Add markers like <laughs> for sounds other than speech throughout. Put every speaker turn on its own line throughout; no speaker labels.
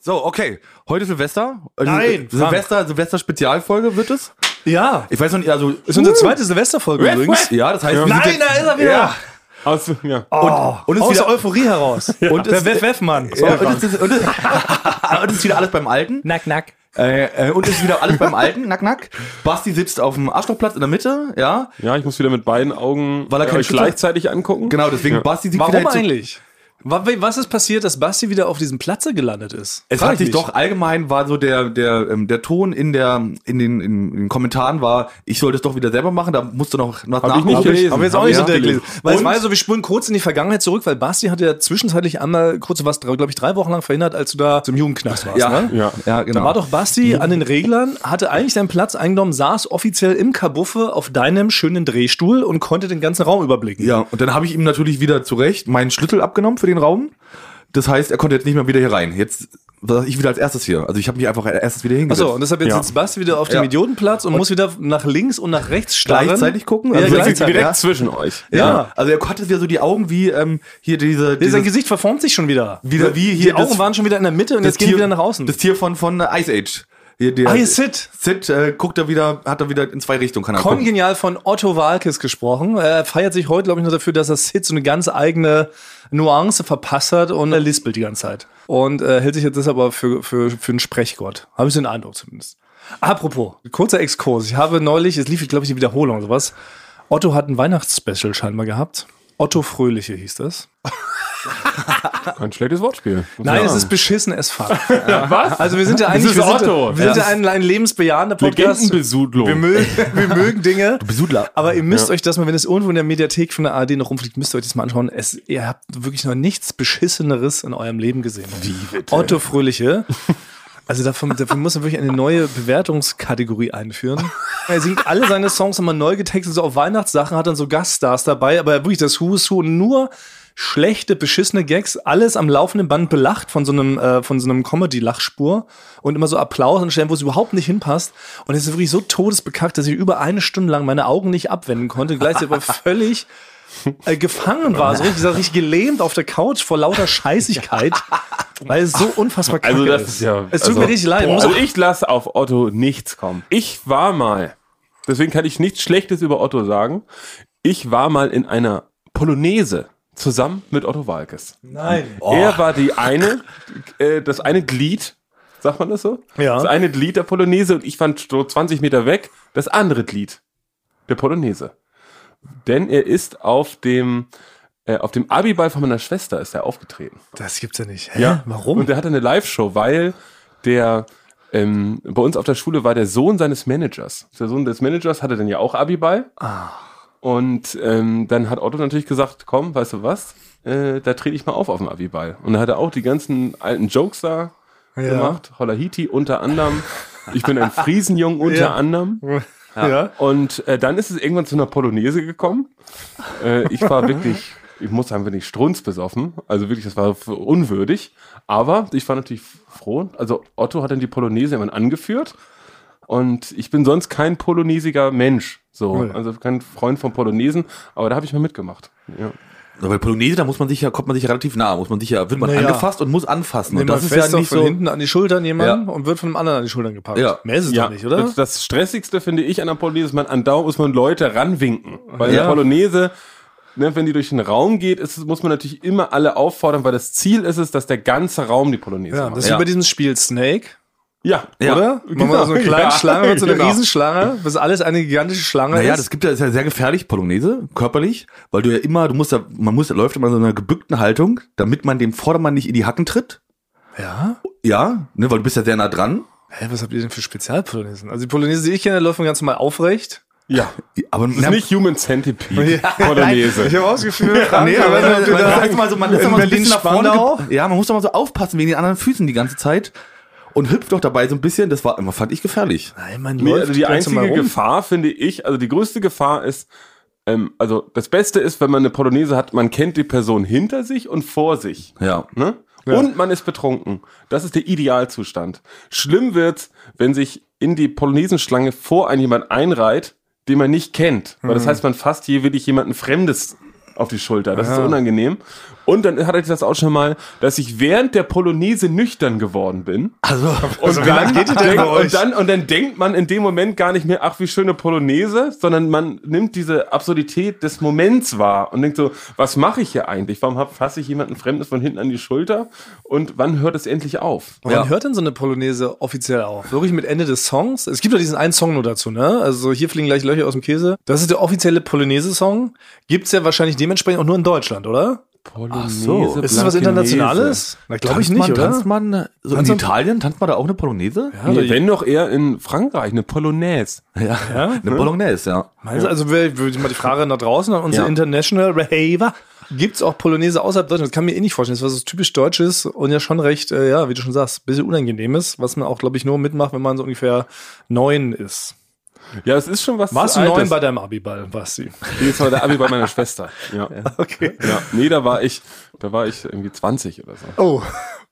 So, okay. Heute Silvester. Also, äh,
Nein,
Silvester, Silvester-Spezialfolge wird es.
Ja.
Ich weiß noch nicht, also.
Ist unsere zweite Silvesterfolge übrigens.
Ja, das heißt. wir sind
Nein,
jetzt-
da ist er wieder.
Ja.
Aus, ja.
Oh,
und ist
aus
wieder-
der Euphorie <laughs> heraus.
Und
Der
ist-
Wef Wef Mann.
Ja, und, es ist, und, es, <laughs> und es ist wieder alles beim Alten.
Nack, nack.
Äh, äh, und es ist wieder alles beim Alten. Nack, nack. Basti sitzt auf dem Arschlochplatz in der Mitte. Ja,
ja, ich muss wieder mit beiden Augen
Weil er
äh,
keinen
euch
Schutz hat?
gleichzeitig angucken.
genau. Deswegen Basti sieht
Warum
wieder jetzt so-
eigentlich? Wa- we- Was ist passiert, dass Basti wieder auf diesem Platze gelandet ist?
Es
Frag
hat
ich
sich
mich.
doch allgemein war so der der ähm, der Ton in der in den, in den Kommentaren war, ich sollte es doch wieder selber machen. Da musste noch nach
Hab ich nicht
nachgucken.
gelesen.
Aber jetzt auch nicht
Ja.
so direkt gelesen. Weil es
Und-
war ja so, wir spulen kurz in die Vergangenheit zurück, weil Basti hat ja zwischenzeitlich einmal kurz, was, glaube ich, drei Wochen lang verhindert, als du da zum Jugendknast warst.
Ja,
Ne?
ja,
Ja.
ja, genau.
Da war doch Basti an den Reglern, hatte eigentlich seinen Platz eingenommen, saß offiziell im Kabuffe auf deinem schönen Drehstuhl und konnte den ganzen Raum überblicken.
Ja, und dann habe ich ihm natürlich wieder zurecht meinen Schlüssel abgenommen für den Raum. Das heißt, er konnte jetzt nicht mehr wieder hier rein. Jetzt war ich wieder als erstes hier. Also ich habe mich einfach als erstes wieder hingesetzt.
Achso, und deshalb jetzt
Ja.
sitzt Basti wieder auf dem
Ja.
Idiotenplatz und, muss wieder nach links und nach rechts starren.
gleichzeitig gucken?
Ja,
Also
Direkt-
gleichzeitig,
direkt
ja.
zwischen euch.
ja.
Ja.
also er hatte wieder so die Augen wie ähm, hier diese
Ja, Sein
dieses-
Gesicht verformt sich schon wieder.
Wieder wie hier
Die Augen
das-
waren schon wieder in der Mitte und
das
jetzt gehen die wieder nach außen.
Das Tier von von äh, Ice Age. Hier, der,
Ah, hier Sid.
Sid äh, guckt er wieder, hat er wieder in zwei Richtungen kann er gucken.
Kongenial von Otto Walkes gesprochen. Er feiert sich heute, glaube ich, nur dafür, dass er Sid so eine ganz eigene Nuance verpasst hat und er lispelt die ganze Zeit. Und äh, hält sich jetzt deshalb aber für, für, für einen Sprechgott. Habe ich so den Eindruck zumindest. Apropos, kurzer Exkurs. Ich habe neulich, es lief, glaube ich, die Wiederholung oder sowas. Otto hat ein Weihnachtsspecial scheinbar gehabt. Otto Fröhliche hieß das.
Ein schlechtes Wortspiel. Muss
Nein,
ich
es
sagen.
ist beschissen as fuck.
was?
Also wir sind ja
Das
eigentlich
ist
wir sind,
Otto.
Wir sind ja
Ja.
ein, ein lebensbejahender Podcast.
Legendenbesudlung.
Wir mögen, wir mögen Dinge.
Besudler.
Aber ihr müsst euch das mal, wenn es irgendwo in der Mediathek von der ARD noch rumfliegt, müsst ihr euch das mal anschauen. Es, ihr habt wirklich noch nichts Beschisseneres in eurem Leben gesehen. Wie bitte? Otto Fröhliche. Also davon, davon muss man wirklich eine neue Bewertungskategorie einführen. Er singt alle seine Songs immer neu getextet, so auf Weihnachtssachen, hat dann so Gaststars dabei, aber wirklich das Who's Who, nur schlechte, beschissene Gags, alles am laufenden Band belacht von so einem, äh, von so einem Comedy-Lachspur und immer so Applaus an Stellen, wo es überhaupt nicht hinpasst. Und es ist wirklich so todesbekackt, dass ich über eine Stunde lang meine Augen nicht abwenden konnte, gleichzeitig aber völlig äh, gefangen war, so richtig, so richtig gelähmt auf der Couch vor lauter <laughs> Scheißigkeit, weil es so unfassbar kacke
also das ist ja.
Es tut
also,
mir richtig leid.
Boah,
Muss
also ich lasse auf Otto nichts kommen. Ich war mal. Deswegen kann ich nichts Schlechtes über Otto sagen. Ich war mal in einer Polonaise zusammen mit Otto Walkes.
Nein.
Er war die eine, äh, das eine Glied, sagt man das so?
Ja.
Das eine Glied der Polonaise und ich fand so 20 Meter weg das andere Glied der Polonaise. Denn er ist auf dem, äh, auf dem Abiball von meiner Schwester ist er aufgetreten.
Das gibt's ja nicht. Hä?
Ja.
Warum?
Und er hatte eine Live-Show, weil der ähm, bei uns auf der Schule war der Sohn seines Managers. Der Sohn des Managers hatte dann ja auch Abiball.
Ah.
Und ähm, dann hat Otto natürlich gesagt, komm, weißt du was, äh, da trete ich mal auf auf dem Abiball. Und da hat er auch die ganzen alten Jokes da
Ja.
gemacht. Holla Hiti unter anderem. Ich bin ein Friesenjung unter
Ja.
anderem.
Ja.
Und äh, dann ist es irgendwann zu einer Polonaise gekommen. Äh, ich war wirklich, ich muss sagen, bin ich strunzbesoffen. Also wirklich, das war f- unwürdig. Aber ich war natürlich froh. Also Otto hat dann die Polonaise irgendwann angeführt. Und ich bin sonst kein polonesiger Mensch. So,
Cool.
also kein Freund von Polonesen, aber da habe ich mal mitgemacht. Ja.
Aber bei Polonaise, da muss man sich ja, kommt man sich ja relativ nah, muss man sich ja, wird man
Naja.
angefasst und muss anfassen.
Und
Und das ist ja nicht
von
so.
hinten an die Schultern jemanden
Ja.
und wird von einem anderen an die Schultern gepackt.
Ja.
Mehr ist es doch nicht, oder?
Das, das Stressigste finde ich an der Polonaise ist, man andauernd muss man Leute ranwinken. Weil
Ja.
in der Polonaise, ne, wenn die durch den Raum geht, ist, es- muss man natürlich immer alle auffordern, weil das Ziel ist es, dass der ganze Raum die Polonaise
ja, das
macht.
ist
Ja.
wie bei diesem Spiel Snake,
Ja,
Ja.
oder?
Genau.
Man macht so eine kleine
Ja,
Schlange mit so einer
genau.
Riesenschlange, bis alles eine gigantische Schlange
Naja,
ist.
das gibt ja, ist ja sehr gefährlich, Polonaise, körperlich, weil du ja immer, du musst ja, man muss, läuft immer in so einer gebückten Haltung, damit man dem Vordermann nicht in die Hacken tritt.
Ja?
Ja, ne, weil du bist ja sehr nah dran.
Hä, was habt ihr denn für Spezialpolonesen? Also die Polonese, die ich kenne, läuft man ganz normal aufrecht.
Ja.
Aber
Das ist nicht Human Centipede, Polonaise.
Ich habe ausgeführt,
Nee, aber man, man, man, sagt mal so, man ist
in
doch mal so ein bisschen nach vorne.
Berlin-Spandau.
ge- Ja, man muss doch mal so aufpassen wegen den anderen Füßen die ganze Zeit und hüpft doch dabei so ein bisschen. Das war immer, fand ich gefährlich.
Nein, man
Nee,
läuft
also die
ganz
einzige
normal rum.
Gefahr, finde ich, also die größte Gefahr ist, ähm, also das Beste ist, wenn man eine Polonaise hat, man kennt die Person hinter sich und vor sich.
Ja.
Ne? Und man ist betrunken. Das ist der Idealzustand. Schlimm wird's, wenn sich in die Polonaisenschlange vor einen jemand einreiht, den man nicht kennt. Weil das heißt, man fasst hier wirklich jemanden Fremdes auf die Schulter. Das ist unangenehm. Und dann hatte ich das auch schon mal, dass ich während der Polonaise nüchtern geworden bin.
Also,
Und,
<laughs>
dann,
geht die denn
denk,
bei euch?
und, dann, und dann denkt man in dem Moment gar nicht mehr, ach, wie schöne Polonaise, sondern man nimmt diese Absurdität des Moments wahr und denkt so, was mache ich hier eigentlich? Warum hab- fasse ich jemanden Fremdes von hinten an die Schulter? Und wann hört es endlich auf?
Wann hört denn so eine Polonaise offiziell auf? Wirklich mit Ende des Songs? Es gibt ja diesen einen Song nur dazu, ne? Also so, hier fliegen gleich Löcher aus dem Käse. Das ist der offizielle Polonaise-Song. Gibt's ja wahrscheinlich dementsprechend auch nur in Deutschland, oder?
Polonaise,
so.
Ist das was Internationales? Na, glaube ich nicht, oder?
Tanzt man, äh, so in Italien tanzt man da auch eine Polonaise?
Ja, nee, wenn doch eher in Frankreich, eine Polonaise.
Ja. Eine Polonaise, ja.
Meinst du, also wäre würde ich mal die Frage nach draußen an unsere
Ja.
International Behavior. Gibt's auch Polonaise außerhalb Deutschlands? Das kann mir eh nicht vorstellen. Das ist was so typisch Deutsches und ja schon recht, äh, ja, wie du schon sagst, ein bisschen unangenehm ist, was man auch, glaube ich, nur mitmacht, wenn man so ungefähr neun ist.
Ja, es ist schon was.
Warst du
Altes.
neun bei deinem Abiball, Basti?
Nee, das war der Abi bei meiner Schwester. Ja.
<laughs> Okay.
ja. Nee, da war ich, da war ich irgendwie 20 oder so.
Oh.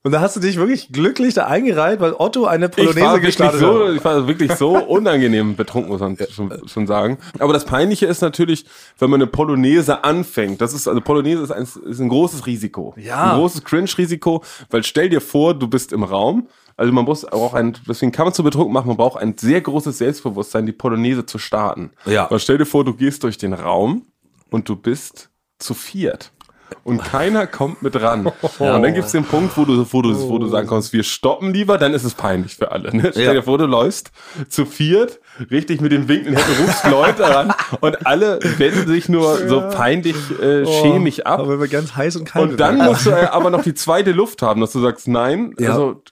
Und da hast du dich wirklich glücklich da eingereiht, weil Otto eine
Ich war,
Polonaise
wirklich
gestartet
so,
hat.
ich war wirklich
<laughs>
so unangenehm betrunken, muss man schon, schon sagen. Aber das Peinliche ist natürlich, wenn man eine Polonaise anfängt. Das ist, also Polonaise ist ein, ist ein großes Risiko.
Ja.
Ein großes Cringe-Risiko, weil stell dir vor, du bist im Raum. Also man muss auch ein, deswegen kann man es so betrunken machen, man braucht ein sehr großes Selbstbewusstsein, die Polonaise zu starten.
Ja.
Weil stell dir vor, du gehst durch den Raum und du bist zu viert.
<laughs>
Und keiner kommt mit ran. Und dann gibt's den Punkt, wo du, wo, du, wo du sagen kannst, wir stoppen lieber, dann ist es peinlich für alle. Ne? Stell
Ja.
dir vor, du läufst zu viert, richtig mit den winkenden Händen, rufst Leute ran und alle wenden sich nur so peinlich äh, schämig ab.
Oh, Aber wir ganz heiß und kalt.
Und dann
werden.
musst du äh, aber noch die zweite Luft haben, dass du sagst, nein,
Ja.
also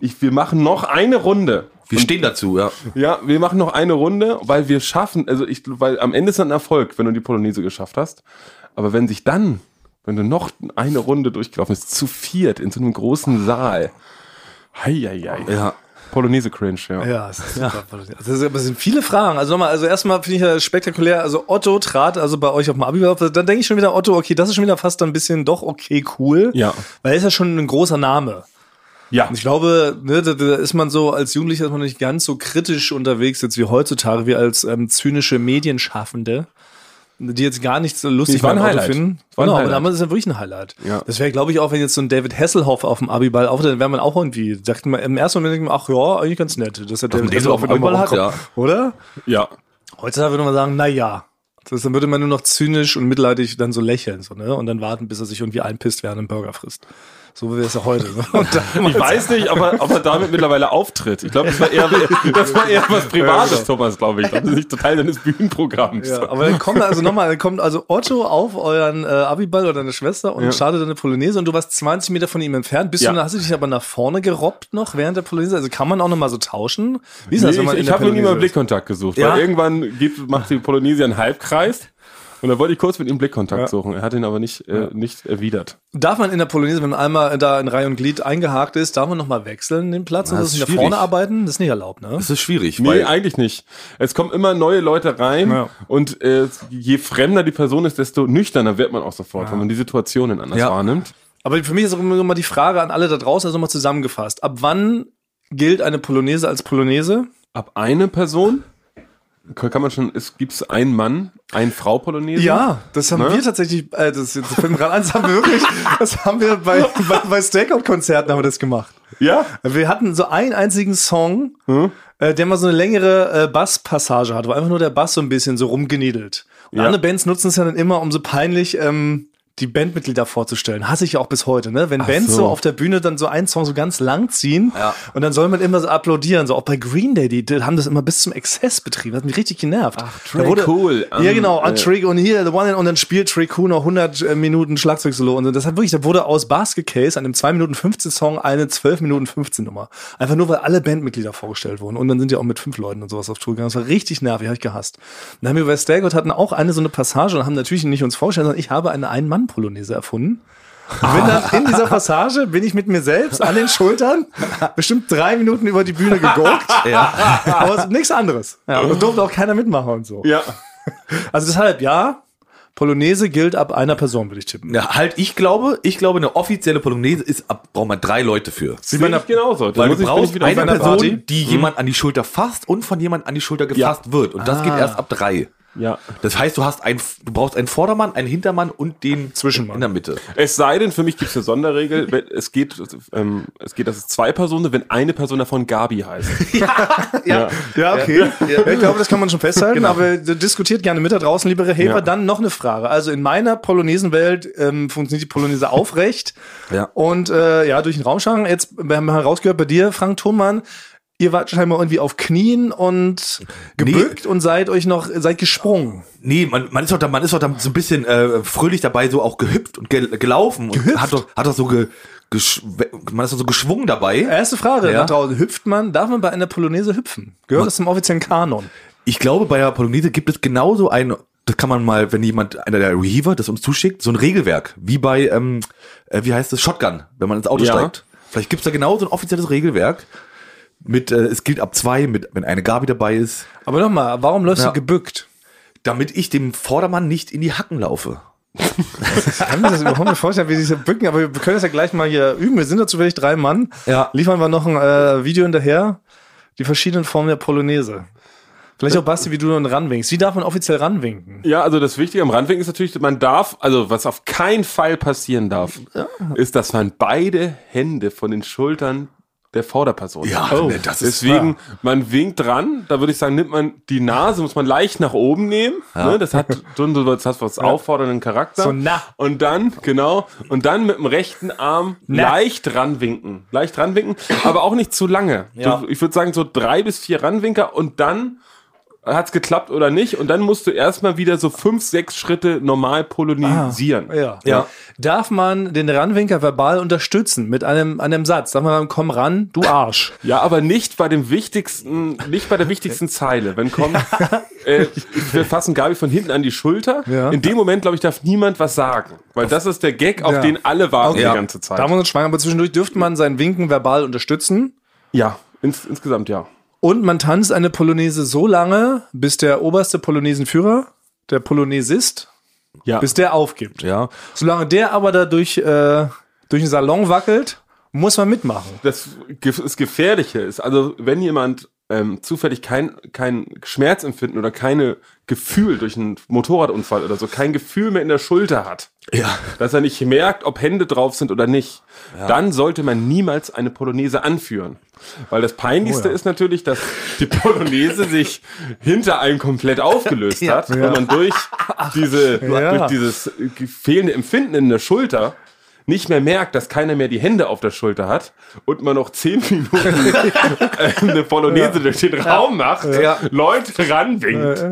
ich, wir machen noch eine Runde.
Wir stehen dazu, ja.
Ja, wir machen noch eine Runde, weil wir schaffen, also ich, weil am Ende ist dann ein Erfolg, wenn du die Polonaise geschafft hast. Aber wenn sich dann, wenn du noch eine Runde durchgelaufen bist, zu viert in so einem großen Saal. Heieiei.
Ja.
Polonaise cringe, ja.
Ja, es ist super. Das, ist, aber es sind viele Fragen. Also nochmal, also erstmal finde ich ja spektakulär. Also Otto trat also bei euch auf dem Abi auf. Dann denke ich schon wieder, Otto, okay, das ist schon wieder fast ein bisschen doch okay, cool.
Ja.
Weil er ist ja schon ein großer Name.
Ja.
Und ich glaube, ne, da, da ist man so als Jugendlicher ist man nicht ganz so kritisch unterwegs jetzt wie heutzutage, wie als ähm, zynische Medienschaffende, die jetzt gar nichts so lustig
Nee, war ein
beim Auto
Highlight.
finden.
War ein
genau, aber
Highlight.
damals ist ja wirklich ein Highlight.
Ja.
Das wäre, glaube ich, auch wenn jetzt so ein David Hasselhoff auf dem Abiball auftritt, dann wäre man auch irgendwie, sagt man im ersten Moment, denkt man, ach ja, eigentlich ganz nett, dass er David
den so auf dem
irgendwo
Abiball hat,
rumkommt. oder?
ja.
Heutzutage würde man sagen, na ja. Das, dann würde man nur noch zynisch und mitleidig dann so lächeln so, ne? und dann warten, bis er sich irgendwie einpisst, während er einen Burger frisst. So wäre es ja heute.
<laughs>
Ne? Und
Ich weiß nicht, ob er, ob er damit mittlerweile auftritt. Ich glaube, das, war eher- das war eher was Privates, Thomas, glaube ich. Ich glaube, Das ist nicht Teil deines Bühnenprogramms.
Ja, aber dann kommt also nochmal, dann kommt also Otto auf euren äh, Abiball oder deine Schwester und startet eine Polonaise und du warst 20 Meter von ihm entfernt. Bist
Ja.
du, hast du dich aber nach vorne gerobbt noch während der Polonaise? Also kann man auch nochmal so tauschen? Wie ist das,
Nee,
wenn man
ich
in
ich
der
habe mir nie
Polonaise
mal Blickkontakt gesucht,
Ja?
weil irgendwann gibt, macht die Polonaise einen Halbkreis und dann wollte ich kurz mit ihm Blickkontakt suchen. Er hat ihn aber nicht, äh, nicht erwidert.
ist? Darf man in der Polonaise, wenn man einmal da in Reihe und Glied eingehakt ist, darf man nochmal wechseln den Platz und
das
das
ist
nach
schwierig.
vorne arbeiten? Das ist nicht erlaubt, ne?
Das ist schwierig,
Nee,
weil
eigentlich nicht. Es kommen immer neue Leute rein
Ja.
und äh, je fremder die Person ist, desto nüchterner wird man auch sofort, wenn man die Situationen anders
Ja.
wahrnimmt.
Aber für mich ist auch immer mal die Frage an alle da draußen, also mal zusammengefasst. Ab wann gilt eine Polonaise als Polonaise?
Ab eine Person kann man schon, es gibt einen Mann, ein Frau Polonaise.
Ja, das haben
Ne?
wir tatsächlich, äh, das, das fällt mir gerade an, das haben wir wirklich, das haben wir bei, bei, bei Stakeout-Konzerten haben wir das gemacht.
Ja?
Wir hatten so einen einzigen Song, äh, der mal so eine längere äh, Basspassage hat, wo einfach nur der Bass so ein bisschen so rumgeniedelt. Und
Ja.
andere Bands nutzen es ja dann immer, um so peinlich ähm, die Bandmitglieder vorzustellen. Hasse ich ja auch bis heute, ne? Wenn Bands so.
so.
auf der Bühne dann so einen Song so ganz lang ziehen
Ja.
und dann soll man immer so applaudieren. So auch bei Green Day, die, die haben das immer bis zum Exzess betrieben. Hat mich richtig genervt. Ach,
Trey Cole,
ja,
ähm,
genau.
äh,
Und Trick und hier, The One and, und dann spielt Trick Cool noch 100 äh, Minuten Schlagzeugsolo und so. Das hat wirklich, da wurde aus Basket Case, einem 2 Minuten 15 Song, eine 12 Minuten 15 Nummer. Einfach nur, weil alle Bandmitglieder vorgestellt wurden. Und dann sind die auch mit fünf Leuten und sowas auf Tour gegangen. Das war richtig nervig, habe ich gehasst. Dann haben wir bei Staggot hatten auch eine so eine Passage und haben natürlich nicht uns vorgestellt, sondern ich habe eine Ein-Mann-Polonaise erfunden. Und Bin dann in dieser Passage bin ich mit mir selbst an den Schultern bestimmt drei Minuten über die Bühne geguckt.
ja,
Aber es- nichts anderes. Ja, und durfte auch keiner mitmachen und so.
Ja.
Also deshalb ja, Polonaise gilt ab einer Person, würde ich tippen.
ja, halt, ich glaube, ich glaube, eine offizielle Polonaise ist ab, braucht man drei Leute für.
Sehe ich genauso. Da
Weil
muss
du
ich- bin ich
brauchst
wieder auf
eine
einer
Person,
Party. Mhm. Ah.
die jemand an die Schulter fasst und von jemand an die Schulter gefasst wird. Und das geht erst ab drei.
Ja.
Das heißt, du hast ein, du brauchst einen Vordermann, einen Hintermann und den
Zwischenmann.
in der Mitte.
Es sei denn, für mich gibt es eine Sonderregel, wenn- es geht, ähm, es geht, dass es zwei Personen, sind, wenn eine Person davon Gabi heißt.
<laughs> Ja,
Ja, okay. Ja. Ich glaube, das kann man schon festhalten,
Genau.
aber diskutiert gerne mit da draußen, liebe Heber.
Ja.
Dann noch eine Frage. Also in meiner Polonaise-Welt ähm, funktioniert die Polonaise aufrecht
Ja.
und äh, ja, durch den Raumschrank. Jetzt wir haben wir herausgehört bei dir, Frank Thunmann, ihr wart scheinbar irgendwie auf Knien und gebückt und seid euch noch, seid gesprungen.
Nee, man, man ist doch da, man ist doch da so ein bisschen äh, fröhlich dabei, so auch gehüpft und gel gelaufen und hat doch, hat doch so ge, gesch- man ist doch so geschwungen dabei.
Erste Frage
Ja.
nach draußen. Hüpft man, darf man bei einer Polonaise hüpfen? Gehört das zum offiziellen Kanon?
Ich glaube, bei der Polonaise gibt es genauso ein, das kann man mal, wenn jemand, einer der Reaver, das uns zuschickt, so ein Regelwerk, wie bei, ähm, äh, wie heißt es, Shotgun, wenn man ins Auto
Ja.
steigt. Vielleicht gibt's da genau so ein offizielles Regelwerk mit, äh, es gilt ab zwei, mit, wenn eine Gabi dabei ist,
Aber nochmal, warum läufst
Ja.
du gebückt?
damit ich dem Vordermann nicht in die Hacken laufe.
kann mir das überhaupt nicht vorstellen, wie sie sich bücken, aber wir können das ja gleich mal hier üben. Wir sind dazu wirklich drei Mann.
Ja.
Liefern wir noch ein äh, Video hinterher. Die verschiedenen Formen der Polonaise. Vielleicht auch Basti, wie du dann ranwinkst. Wie darf man offiziell ranwinken?
ja, also das Wichtige am Randwinken ist natürlich, man darf, also was auf keinen Fall passieren darf, ist, dass man beide Hände von den Schultern der Vorderperson. hat.
ne,
Deswegen, man winkt dran, da würde ich sagen, nimmt man die Nase, muss man leicht nach oben nehmen. Ne? Das
<laughs>
hat so einen- das hat was auffordernden Charakter.
So, na.
Und dann, genau, und dann mit dem rechten Arm
Na.
leicht ranwinken. Leicht ranwinken, aber auch nicht zu lange.
Ja.
Du, ich würde sagen, so drei bis vier Ranwinker und dann hat's geklappt oder nicht. Und dann musst du erstmal wieder so fünf, sechs Schritte normal
Ah,
polonisieren.
Ja.
Darf man den Ranwinker verbal unterstützen mit einem, einem Satz? Darf man sagen, komm ran, du Arsch.
Ja, aber nicht bei dem wichtigsten, nicht bei der wichtigsten Zeile. Wenn kommt, äh, wir fassen Gabi von hinten an die Schulter.
Ja.
In dem Moment, glaube ich, darf niemand was sagen. Weil das ist der Gag, auf
Ja.
den alle warten
Ja.
die ganze Zeit.
Darf man uns schweigen, aber zwischendurch dürfte man sein Winken verbal unterstützen.
ja, ins, insgesamt ja.
Und man tanzt eine Polonaise so lange, bis der oberste Polonaisenführer, der Polonaisist,
Ja.
bis der aufgibt.
Ja.
Solange der aber da durch, äh, durch den Salon wackelt, muss man mitmachen.
das, Ge- das Gefährliche ist, also wenn jemand ähm, zufällig kein, kein Schmerzempfinden oder keine Gefühl durch einen Motorradunfall oder so, kein Gefühl mehr in der Schulter hat,
Ja.
dass er nicht merkt, ob Hände drauf sind oder nicht, dann sollte man niemals eine Polonaise anführen. Weil das Peinlichste
Oh
ist natürlich, dass die Polonaise sich hinter einem komplett aufgelöst hat und man durch, diese,
Ja.
durch dieses fehlende Empfinden in der Schulter nicht mehr merkt, dass keiner mehr die Hände auf der Schulter hat und man noch zehn Minuten äh, eine Polonaise durch den Raum macht, Leute ranwinkt.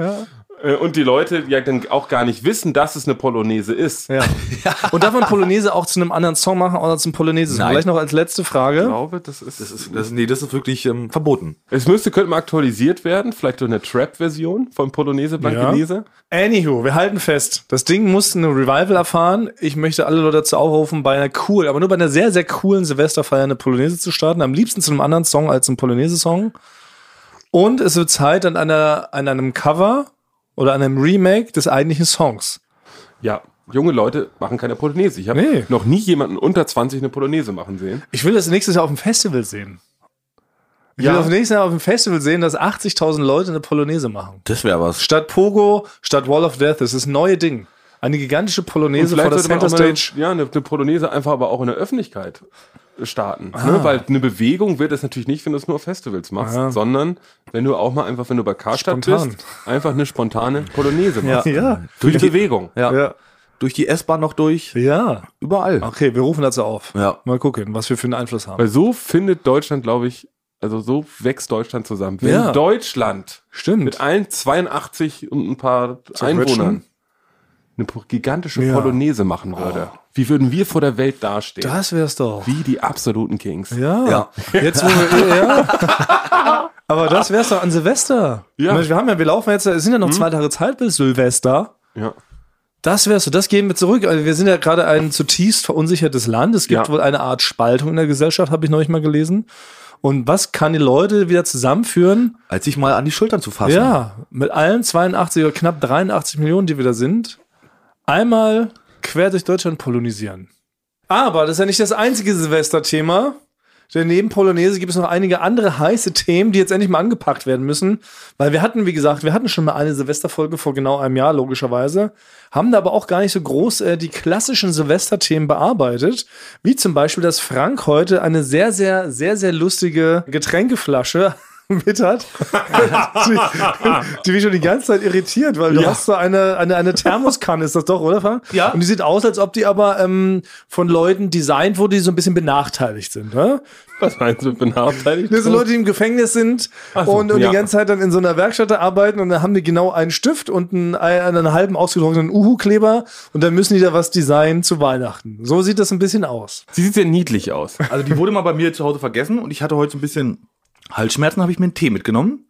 Äh, Und die Leute ja dann auch gar nicht wissen, dass es eine Polonaise ist.
Ja. <laughs> Und darf man Polonaise auch zu einem anderen Song machen oder zum Polonaise?
Nein.
Vielleicht noch als letzte Frage.
Ich glaube, das ist.
Das ist, das, nee, das ist wirklich ähm, verboten.
es müsste, könnte mal aktualisiert werden, vielleicht so eine Trap-Version von Polonaise Blankenese.
Anywho, wir halten fest. Das Ding muss eine Revival erfahren. Ich möchte alle Leute dazu aufrufen, bei einer cool, aber nur bei einer sehr, sehr coolen Silvesterfeier eine Polonaise zu starten. Am liebsten zu einem anderen Song als einem Polonaise-Song. Und es wird Zeit an, einer, an einem Cover oder an einem Remake des eigentlichen Songs.
Ja. Junge Leute machen keine Polonaise. Ich habe
Nee.
noch nie jemanden unter 20 eine Polonaise machen sehen.
Ich will das nächstes Jahr auf dem Festival sehen. Ich
Ja.
will das nächste Jahr auf dem Festival sehen, dass 80.000 Leute eine Polonaise machen.
Das wäre was.
Statt Pogo, statt Wall of Death. Das ist ein neues Ding. Eine gigantische Polonaise vor
vielleicht
der
sollte man
Center
auch mal eine,
Stage.
ja, eine, eine Polonaise einfach aber auch in der Öffentlichkeit starten.
Ah.
Ne? Weil eine Bewegung wird es natürlich nicht, wenn du es nur auf Festivals machst, sondern wenn du auch mal einfach, wenn du bei Karstadt
Ah. Spontan.
bist, einfach eine spontane Polonaise
<laughs>
machst.
Ja.
Durch Bewegung.
Ja.
Ja.
Durch die S-Bahn noch durch.
Ja.
Überall.
Okay, wir rufen dazu auf.
Ja.
Mal gucken, was wir für einen Einfluss haben.
Weil so findet Deutschland, glaube ich, also so wächst Deutschland zusammen. Wenn
Ja.
Deutschland mit
Stimmt.
allen 82 und ein paar Einwohnern eine po- gigantische
Ja. Oh.
Polonaise machen würde, wie würden wir vor der Welt dastehen?
Das wär's doch.
wie die absoluten Kings.
Ja.
Ja.
Jetzt, wo wir, ja.
<laughs>
Aber das wär's doch an Silvester.
Ja. Hm.
Mensch, Wir haben ja, wir laufen jetzt, es sind ja noch zwei Tage Zeit bis Silvester.
Ja.
Das wär's so, das geben wir zurück. Also wir sind ja gerade ein zutiefst verunsichertes Land. Es gibt
Ja.
wohl eine Art Spaltung in der Gesellschaft, habe ich neulich mal gelesen. Und was kann die Leute wieder zusammenführen?
Als ich mal an die Schultern zu fassen.
Ja, mit allen 82 oder knapp 83 Millionen, die wir da sind, einmal quer durch Deutschland polonisieren. Aber das ist ja nicht das einzige Silvesterthema. Denn neben Polonaise gibt es noch einige andere heiße Themen, die jetzt endlich mal angepackt werden müssen. Weil wir hatten, wie gesagt, wir hatten schon mal eine Silvesterfolge vor genau einem Jahr, logischerweise. Haben da aber auch gar nicht so groß äh, die klassischen Silvesterthemen bearbeitet. Wie zum Beispiel, dass Frank heute eine sehr, sehr, sehr, sehr lustige Getränkeflasche <laughs> mit hat, die, die mich schon die ganze Zeit irritiert, weil du hast so eine, eine, eine Thermoskanne, ist das doch, oder Frank?
Ja.
Und die sieht aus, als ob die aber ähm, von Leuten designt wurde, die so ein bisschen benachteiligt sind. Ne?
Was meinst du mit benachteiligt?
Das sind Leute, die im Gefängnis sind
so,
und, und
ja.
die ganze Zeit dann in so einer Werkstatt da arbeiten und dann haben die genau einen Stift und einen, einen halben ausgedruckten Uhu-Kleber und dann müssen die da was designen zu Weihnachten. So sieht das ein bisschen aus.
Sie sieht sehr niedlich aus.
Also die wurde mal bei mir zu Hause vergessen und ich hatte heute so ein bisschen Halsschmerzen, habe ich mir einen Tee mitgenommen.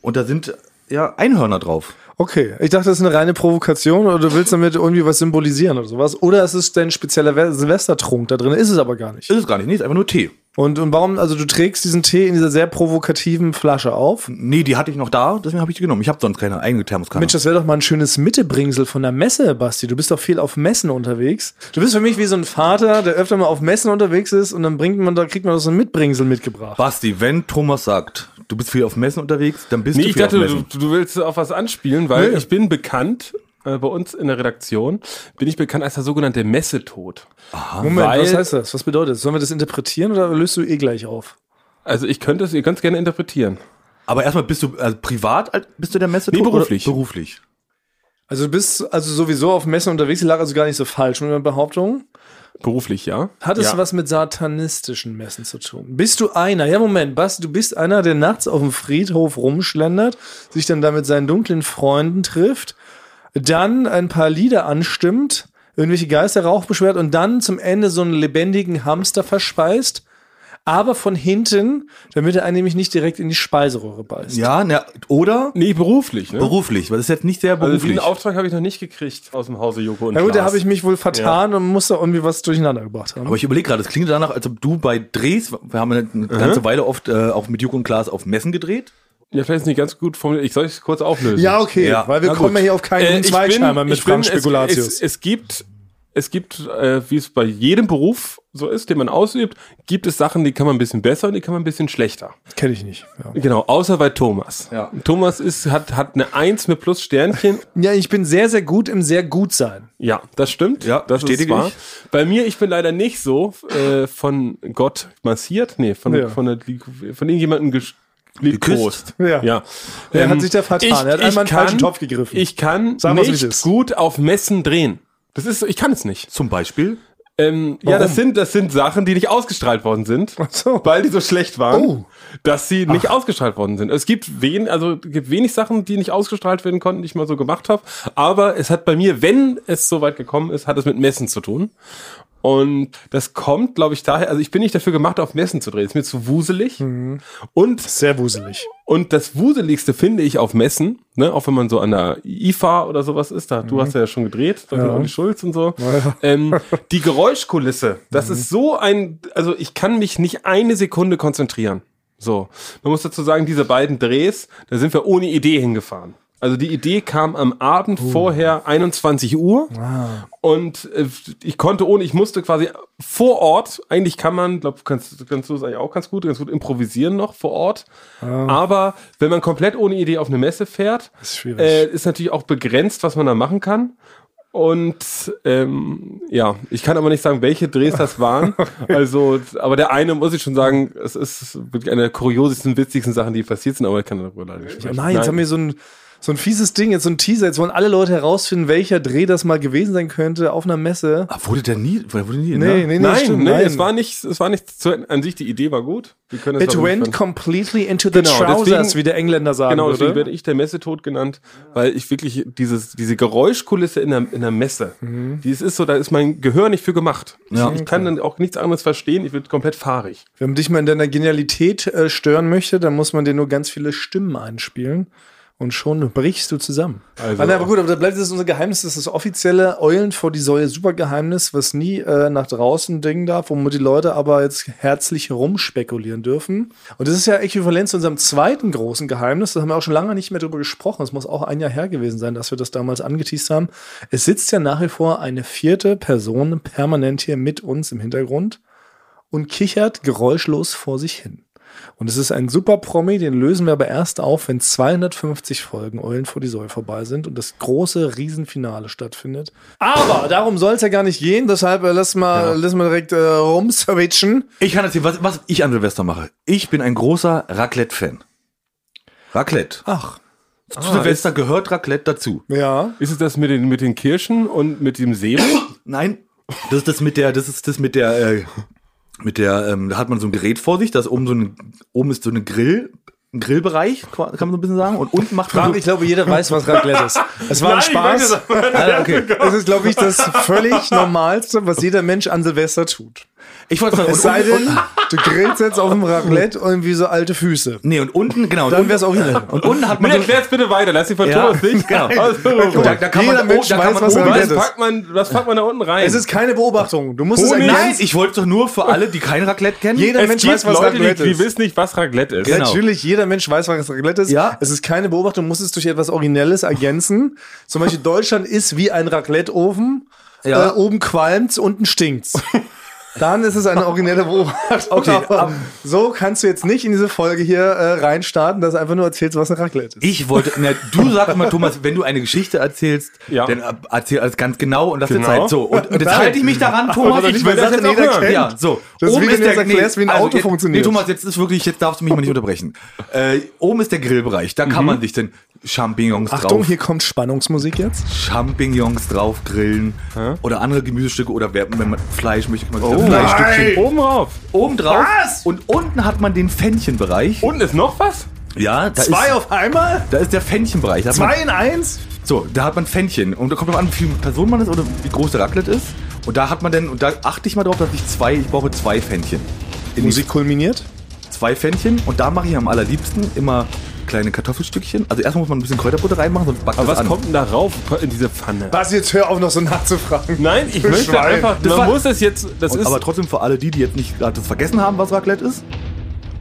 Und da sind ja Einhörner drauf.
Okay, ich dachte, das ist eine reine Provokation oder du willst damit irgendwie was symbolisieren oder sowas. Oder es ist dein spezieller We- Silvestertrunk da drin, ist es aber gar nicht.
Ist es gar nicht, nee, ist einfach nur Tee.
Und, und warum, also du trägst diesen Tee in dieser sehr provokativen Flasche auf.
Nee, die hatte ich noch da, deswegen habe ich die genommen. Ich habe sonst keine eigene Thermoskanne.
Mensch, das wäre doch mal ein schönes Mittebringsel von der Messe, Basti. Du bist doch viel auf Messen unterwegs. Du bist für mich wie so ein Vater, der öfter mal auf Messen unterwegs ist und dann bringt man, da kriegt man doch so ein Mitbringsel mitgebracht.
Basti, wenn Thomas sagt, du bist viel auf Messen unterwegs, dann bist
Nee,
du
ich
viel
dachte,
auf
du,
Messen.
du willst auf was anspielen, weil
Nee.
ich bin bekannt, äh, bei uns in der Redaktion, bin ich bekannt als der sogenannte Messetod.
Moment,
weil-
was heißt das? Was bedeutet das? Sollen wir das interpretieren oder löst du eh gleich auf?
Also ich könnte es, ihr könnt es gerne interpretieren.
Aber erstmal bist du also privat, als- bist du der Messe?
Nee, beruflich.
Beruflich.
Also du bist also sowieso auf Messen unterwegs, die lag also gar nicht so falsch mit meiner Behauptung.
Beruflich, ja.
Hat es
Ja.
was mit satanistischen Messen zu tun? Bist du einer? Ja, Moment, Basti, du bist einer, der nachts auf dem Friedhof rumschlendert, sich dann da mit seinen dunklen Freunden trifft, dann ein paar Lieder anstimmt, irgendwelche Geister Rauch beschwert und dann zum Ende so einen lebendigen Hamster verspeist, aber von hinten, damit er einen nämlich nicht direkt in die Speiseröhre beißt.
Ja, na, oder
Nee, beruflich, ne?
beruflich, weil das ist jetzt nicht sehr
Also diesen
beruflich.
Auftrag habe ich noch nicht gekriegt aus dem Hause Joko und
Na gut, da
Klaas.
habe ich mich wohl vertan und muss da irgendwie was durcheinander gebracht haben.
aber ich überlege gerade, es klingt danach, als ob du bei Drehs, wir haben eine ganze Weile oft äh, auch mit Joko und Klaas auf Messen gedreht.
Ja, vielleicht ist nicht ganz gut formuliert. Ich soll es kurz auflösen.
Ja, okay,
Ja,
weil wir
na
kommen
gut.
ja hier auf keinen
Äh, ich
Zweitscheimer
bin-
mit
ich bin-
Frank
es-
Spekulatius.
Es, es gibt, es gibt äh, wie es bei jedem Beruf so ist, den man ausübt, gibt es Sachen, die kann man ein bisschen besser und die kann man ein bisschen schlechter.
Kenne ich nicht. Ja.
Genau, außer bei Thomas.
Ja.
Thomas ist, hat, hat eine Eins mit plus Sternchen.
Ja, ich bin sehr, sehr gut im sehr gut sein. <laughs>
Ja, das stimmt.
Ja,
das
bestätige ich.
Bei mir, ich bin leider nicht so äh, von Gott massiert. Nee, von,
Ja.
von, der, von irgendjemandem ges-
Geküsst.
geliebkost.
Ja. Er
Ähm,
hat sich da vertan. Er hat einmal einen falschen Topf gegriffen.
Ich kann
Sagen wir's, wie es
nicht
ist.
gut auf Messen drehen. Das ist, ich kann es nicht.
Zum Beispiel.
Ähm, ja,
Warum?
das sind, das sind Sachen, die nicht ausgestrahlt worden sind,
so.
weil die so schlecht waren,
Oh.
dass sie nicht ausgestrahlt worden sind. Es gibt wen, also es gibt wenig Sachen, die nicht ausgestrahlt werden konnten, die ich mal so gemacht habe. Aber es hat bei mir, wenn es so weit gekommen ist, hat es mit Messen zu tun. Und das kommt, glaube ich, daher, also ich bin nicht dafür gemacht, auf Messen zu drehen. Ist mir zu wuselig.
Mhm.
Und
Sehr wuselig.
und das Wuseligste finde ich auf Messen, ne, auch wenn man so an der IFA oder sowas ist, da, du hast ja schon gedreht, da Mhm. ja. Mhm. Olli Schulz und so. Ähm, <laughs> die Geräuschkulisse, das ist so ein, also ich kann mich nicht eine Sekunde konzentrieren. So. Man muss dazu sagen, diese beiden Drehs, da sind wir ohne Idee hingefahren. Also die Idee kam am Abend vorher 21 Uhr
Ah,
und äh, ich konnte ohne, ich musste quasi vor Ort, eigentlich kann man, glaub, kannst, kannst du das eigentlich auch ganz gut, ganz gut improvisieren noch vor Ort. Aber wenn man komplett ohne Idee auf eine Messe fährt,
Ah. Ist schwierig.
äh, ist natürlich auch begrenzt, was man da machen kann. Und ähm, ja, ich kann aber nicht sagen, welche Drehs das
<laughs>
waren. Also, aber der eine muss ich schon sagen, es ist wirklich eine der kuriosesten, witzigsten Sachen, die passiert sind, aber ich kann darüber leider nicht sprechen.
Nein, jetzt haben wir so ein, so ein fieses Ding, jetzt so ein Teaser. Jetzt wollen alle Leute herausfinden, welcher Dreh das mal gewesen sein könnte auf einer Messe.
Ah, wurde der nie, wurde nie,
Nee,
ne?
nee, nee,
Nein,
stimmt,
nee, es war nicht, es war nicht zu, an sich die Idee war gut. Wir können es
It
aber
went
nicht-
completely into the
Genau,
trousers,
deswegen-
wie der Engländer sagen
Genau, deswegen
würde.
werde ich der Messetod genannt, weil ich wirklich dieses, diese Geräuschkulisse in der, in der Messe, die es ist so, da ist mein Gehör nicht für gemacht.
Ja.
Ich kann dann auch nichts anderes verstehen, ich werde komplett fahrig.
Wenn man dich mal in deiner Genialität äh, stören möchte, dann muss man dir nur ganz viele Stimmen einspielen. Und schon brichst du zusammen. Ah,
Also-
aber gut, aber da bleibt jetzt unser Geheimnis, das ist das offizielle Eulen vor die Säule Supergeheimnis, was nie äh, nach draußen dingen darf, womit die Leute aber jetzt herzlich rumspekulieren dürfen. Und das ist ja äquivalent zu unserem zweiten großen Geheimnis, da haben wir auch schon lange nicht mehr drüber gesprochen. Es muss auch ein Jahr her gewesen sein, dass wir das damals angeteased haben. Es sitzt ja nach wie vor eine vierte Person permanent hier mit uns im Hintergrund. und kichert geräuschlos vor sich hin. Und es ist ein super Promi, den lösen wir aber erst auf, wenn 250 Folgen Eulen vor die Säule vorbei sind und das große Riesenfinale stattfindet. Aber darum soll es ja gar nicht gehen, deshalb äh, lass mal, lass mal direkt äh, rumswitchen.
Ich kann erzählen, was, was ich an Silvester mache. Ich bin ein großer Raclette-Fan. Raclette.
Ach, Ah,
Zu Silvester gehört Raclette dazu.
ja.
Ist es das mit den, mit den Kirschen und mit dem Also, Sebo? <coughs>
Nein, das ist das mit der, das ist das mit der, äh, mit der, ähm, da hat man so ein Gerät vor sich, das oben so ein, oben ist so eine Grill, ein Grillbereich, kann man so ein bisschen sagen, und unten macht man
Frank,
so,
ich glaube, jeder weiß, was Raclette ist. Es Oh war ein Spaß.
Ah, okay.
Es ist, glaube ich, das völlig Normalste, was jeder Mensch an Silvester tut.
Ich wollte sagen,
Es sei denn, du grillst jetzt auf dem Raclette und wie so alte Füße.
nee, und unten, genau,
Dann
und
wär's auch wieder.
unten- und unten hat
Mir
man so,
erklärt's bitte weiter, lass dich von
Ja.
Thomas <laughs> nicht.
Genau.
Also,
da, da kann
Jeder
man,
Mensch
da
weiß,
kann man
was er
oben-
will.
was, packt man, <laughs> was packt man da unten rein?
Es ist keine Beobachtung. Du musst es
Nein,
erklären.
nein, ich wollte doch nur für alle, die kein Raclette kennen.
Jeder
es
Mensch
gibt
weiß, was
Leute,
Raclette
die, die
ist.
wissen nicht, was Raclette ist.
Genau.
Natürlich, jeder Mensch weiß, was Raclette ist.
Ja.
Es ist keine Beobachtung, muss es durch etwas Originelles ergänzen.
<laughs>
Zum Beispiel Deutschland ist wie ein Racletteofen.
Ja.
Äh, oben qualmt's,
<laughs>
unten stinkt's. Dann ist es eine originelle Beobachtung.
Okay,
Aber
ab-
so kannst du jetzt nicht in diese Folge hier äh, reinstarten, dass du einfach nur erzählst, was ein Raclette ist.
Ich wollte, na, du sagst immer, Thomas, wenn du eine Geschichte erzählst,
Ja.
dann äh, erzähl alles ganz genau und das
Genau.
jetzt halt so. Und, und jetzt
Nein.
halte ich mich daran, Thomas.
Aber
ich
ich
will
will
das
das
jetzt
jetzt
auch
auch
hören.
hören.
Ja, so.
Das ist wie wenn du jetzt
nee, also,
erklärst, wie ein Auto
jetzt-
funktioniert.
Nee, Thomas, jetzt ist wirklich, jetzt darfst du mich mal nicht unterbrechen. Äh, oben ist der Grillbereich, da kann man sich denn Champignons
Mhm. Achtung,
drauf,
hier kommt Spannungsmusik jetzt.
Champignons drauf grillen oder andere Gemüsestücke oder wer- wenn man Fleisch möchte, kann man sich
Oh,
das Fleischstückchen
Nein. oben rauf.
oben drauf. Und unten hat man den Fännchenbereich.
Unten ist noch was?
Ja, da
Zwei
ist,
auf einmal?
da ist der Fännchenbereich. Da hat man-
Zwei in eins?
So, da hat man Fännchen. Und da kommt drauf an, wie viel Person man ist oder wie groß der Raclette ist. Und da hat man dann, und da achte ich mal drauf, dass ich zwei, ich brauche zwei Fännchen. In die
Musik kulminiert.
zwei Fännchen. Und da mache ich am allerliebsten immer kleine Kartoffelstückchen. Also erstmal muss man ein bisschen Kräuterbutter reinmachen, sonst backt
Aber
das
was
an.
kommt denn da rauf in diese Pfanne?
Was, jetzt hör auf noch so nachzufragen.
Nein, ich
Für
möchte
Schwein.
einfach.
Das
man
war-
muss das jetzt. Das
Und,
ist.
aber trotzdem für alle die, die jetzt nicht gerade das vergessen haben, was Raclette ist.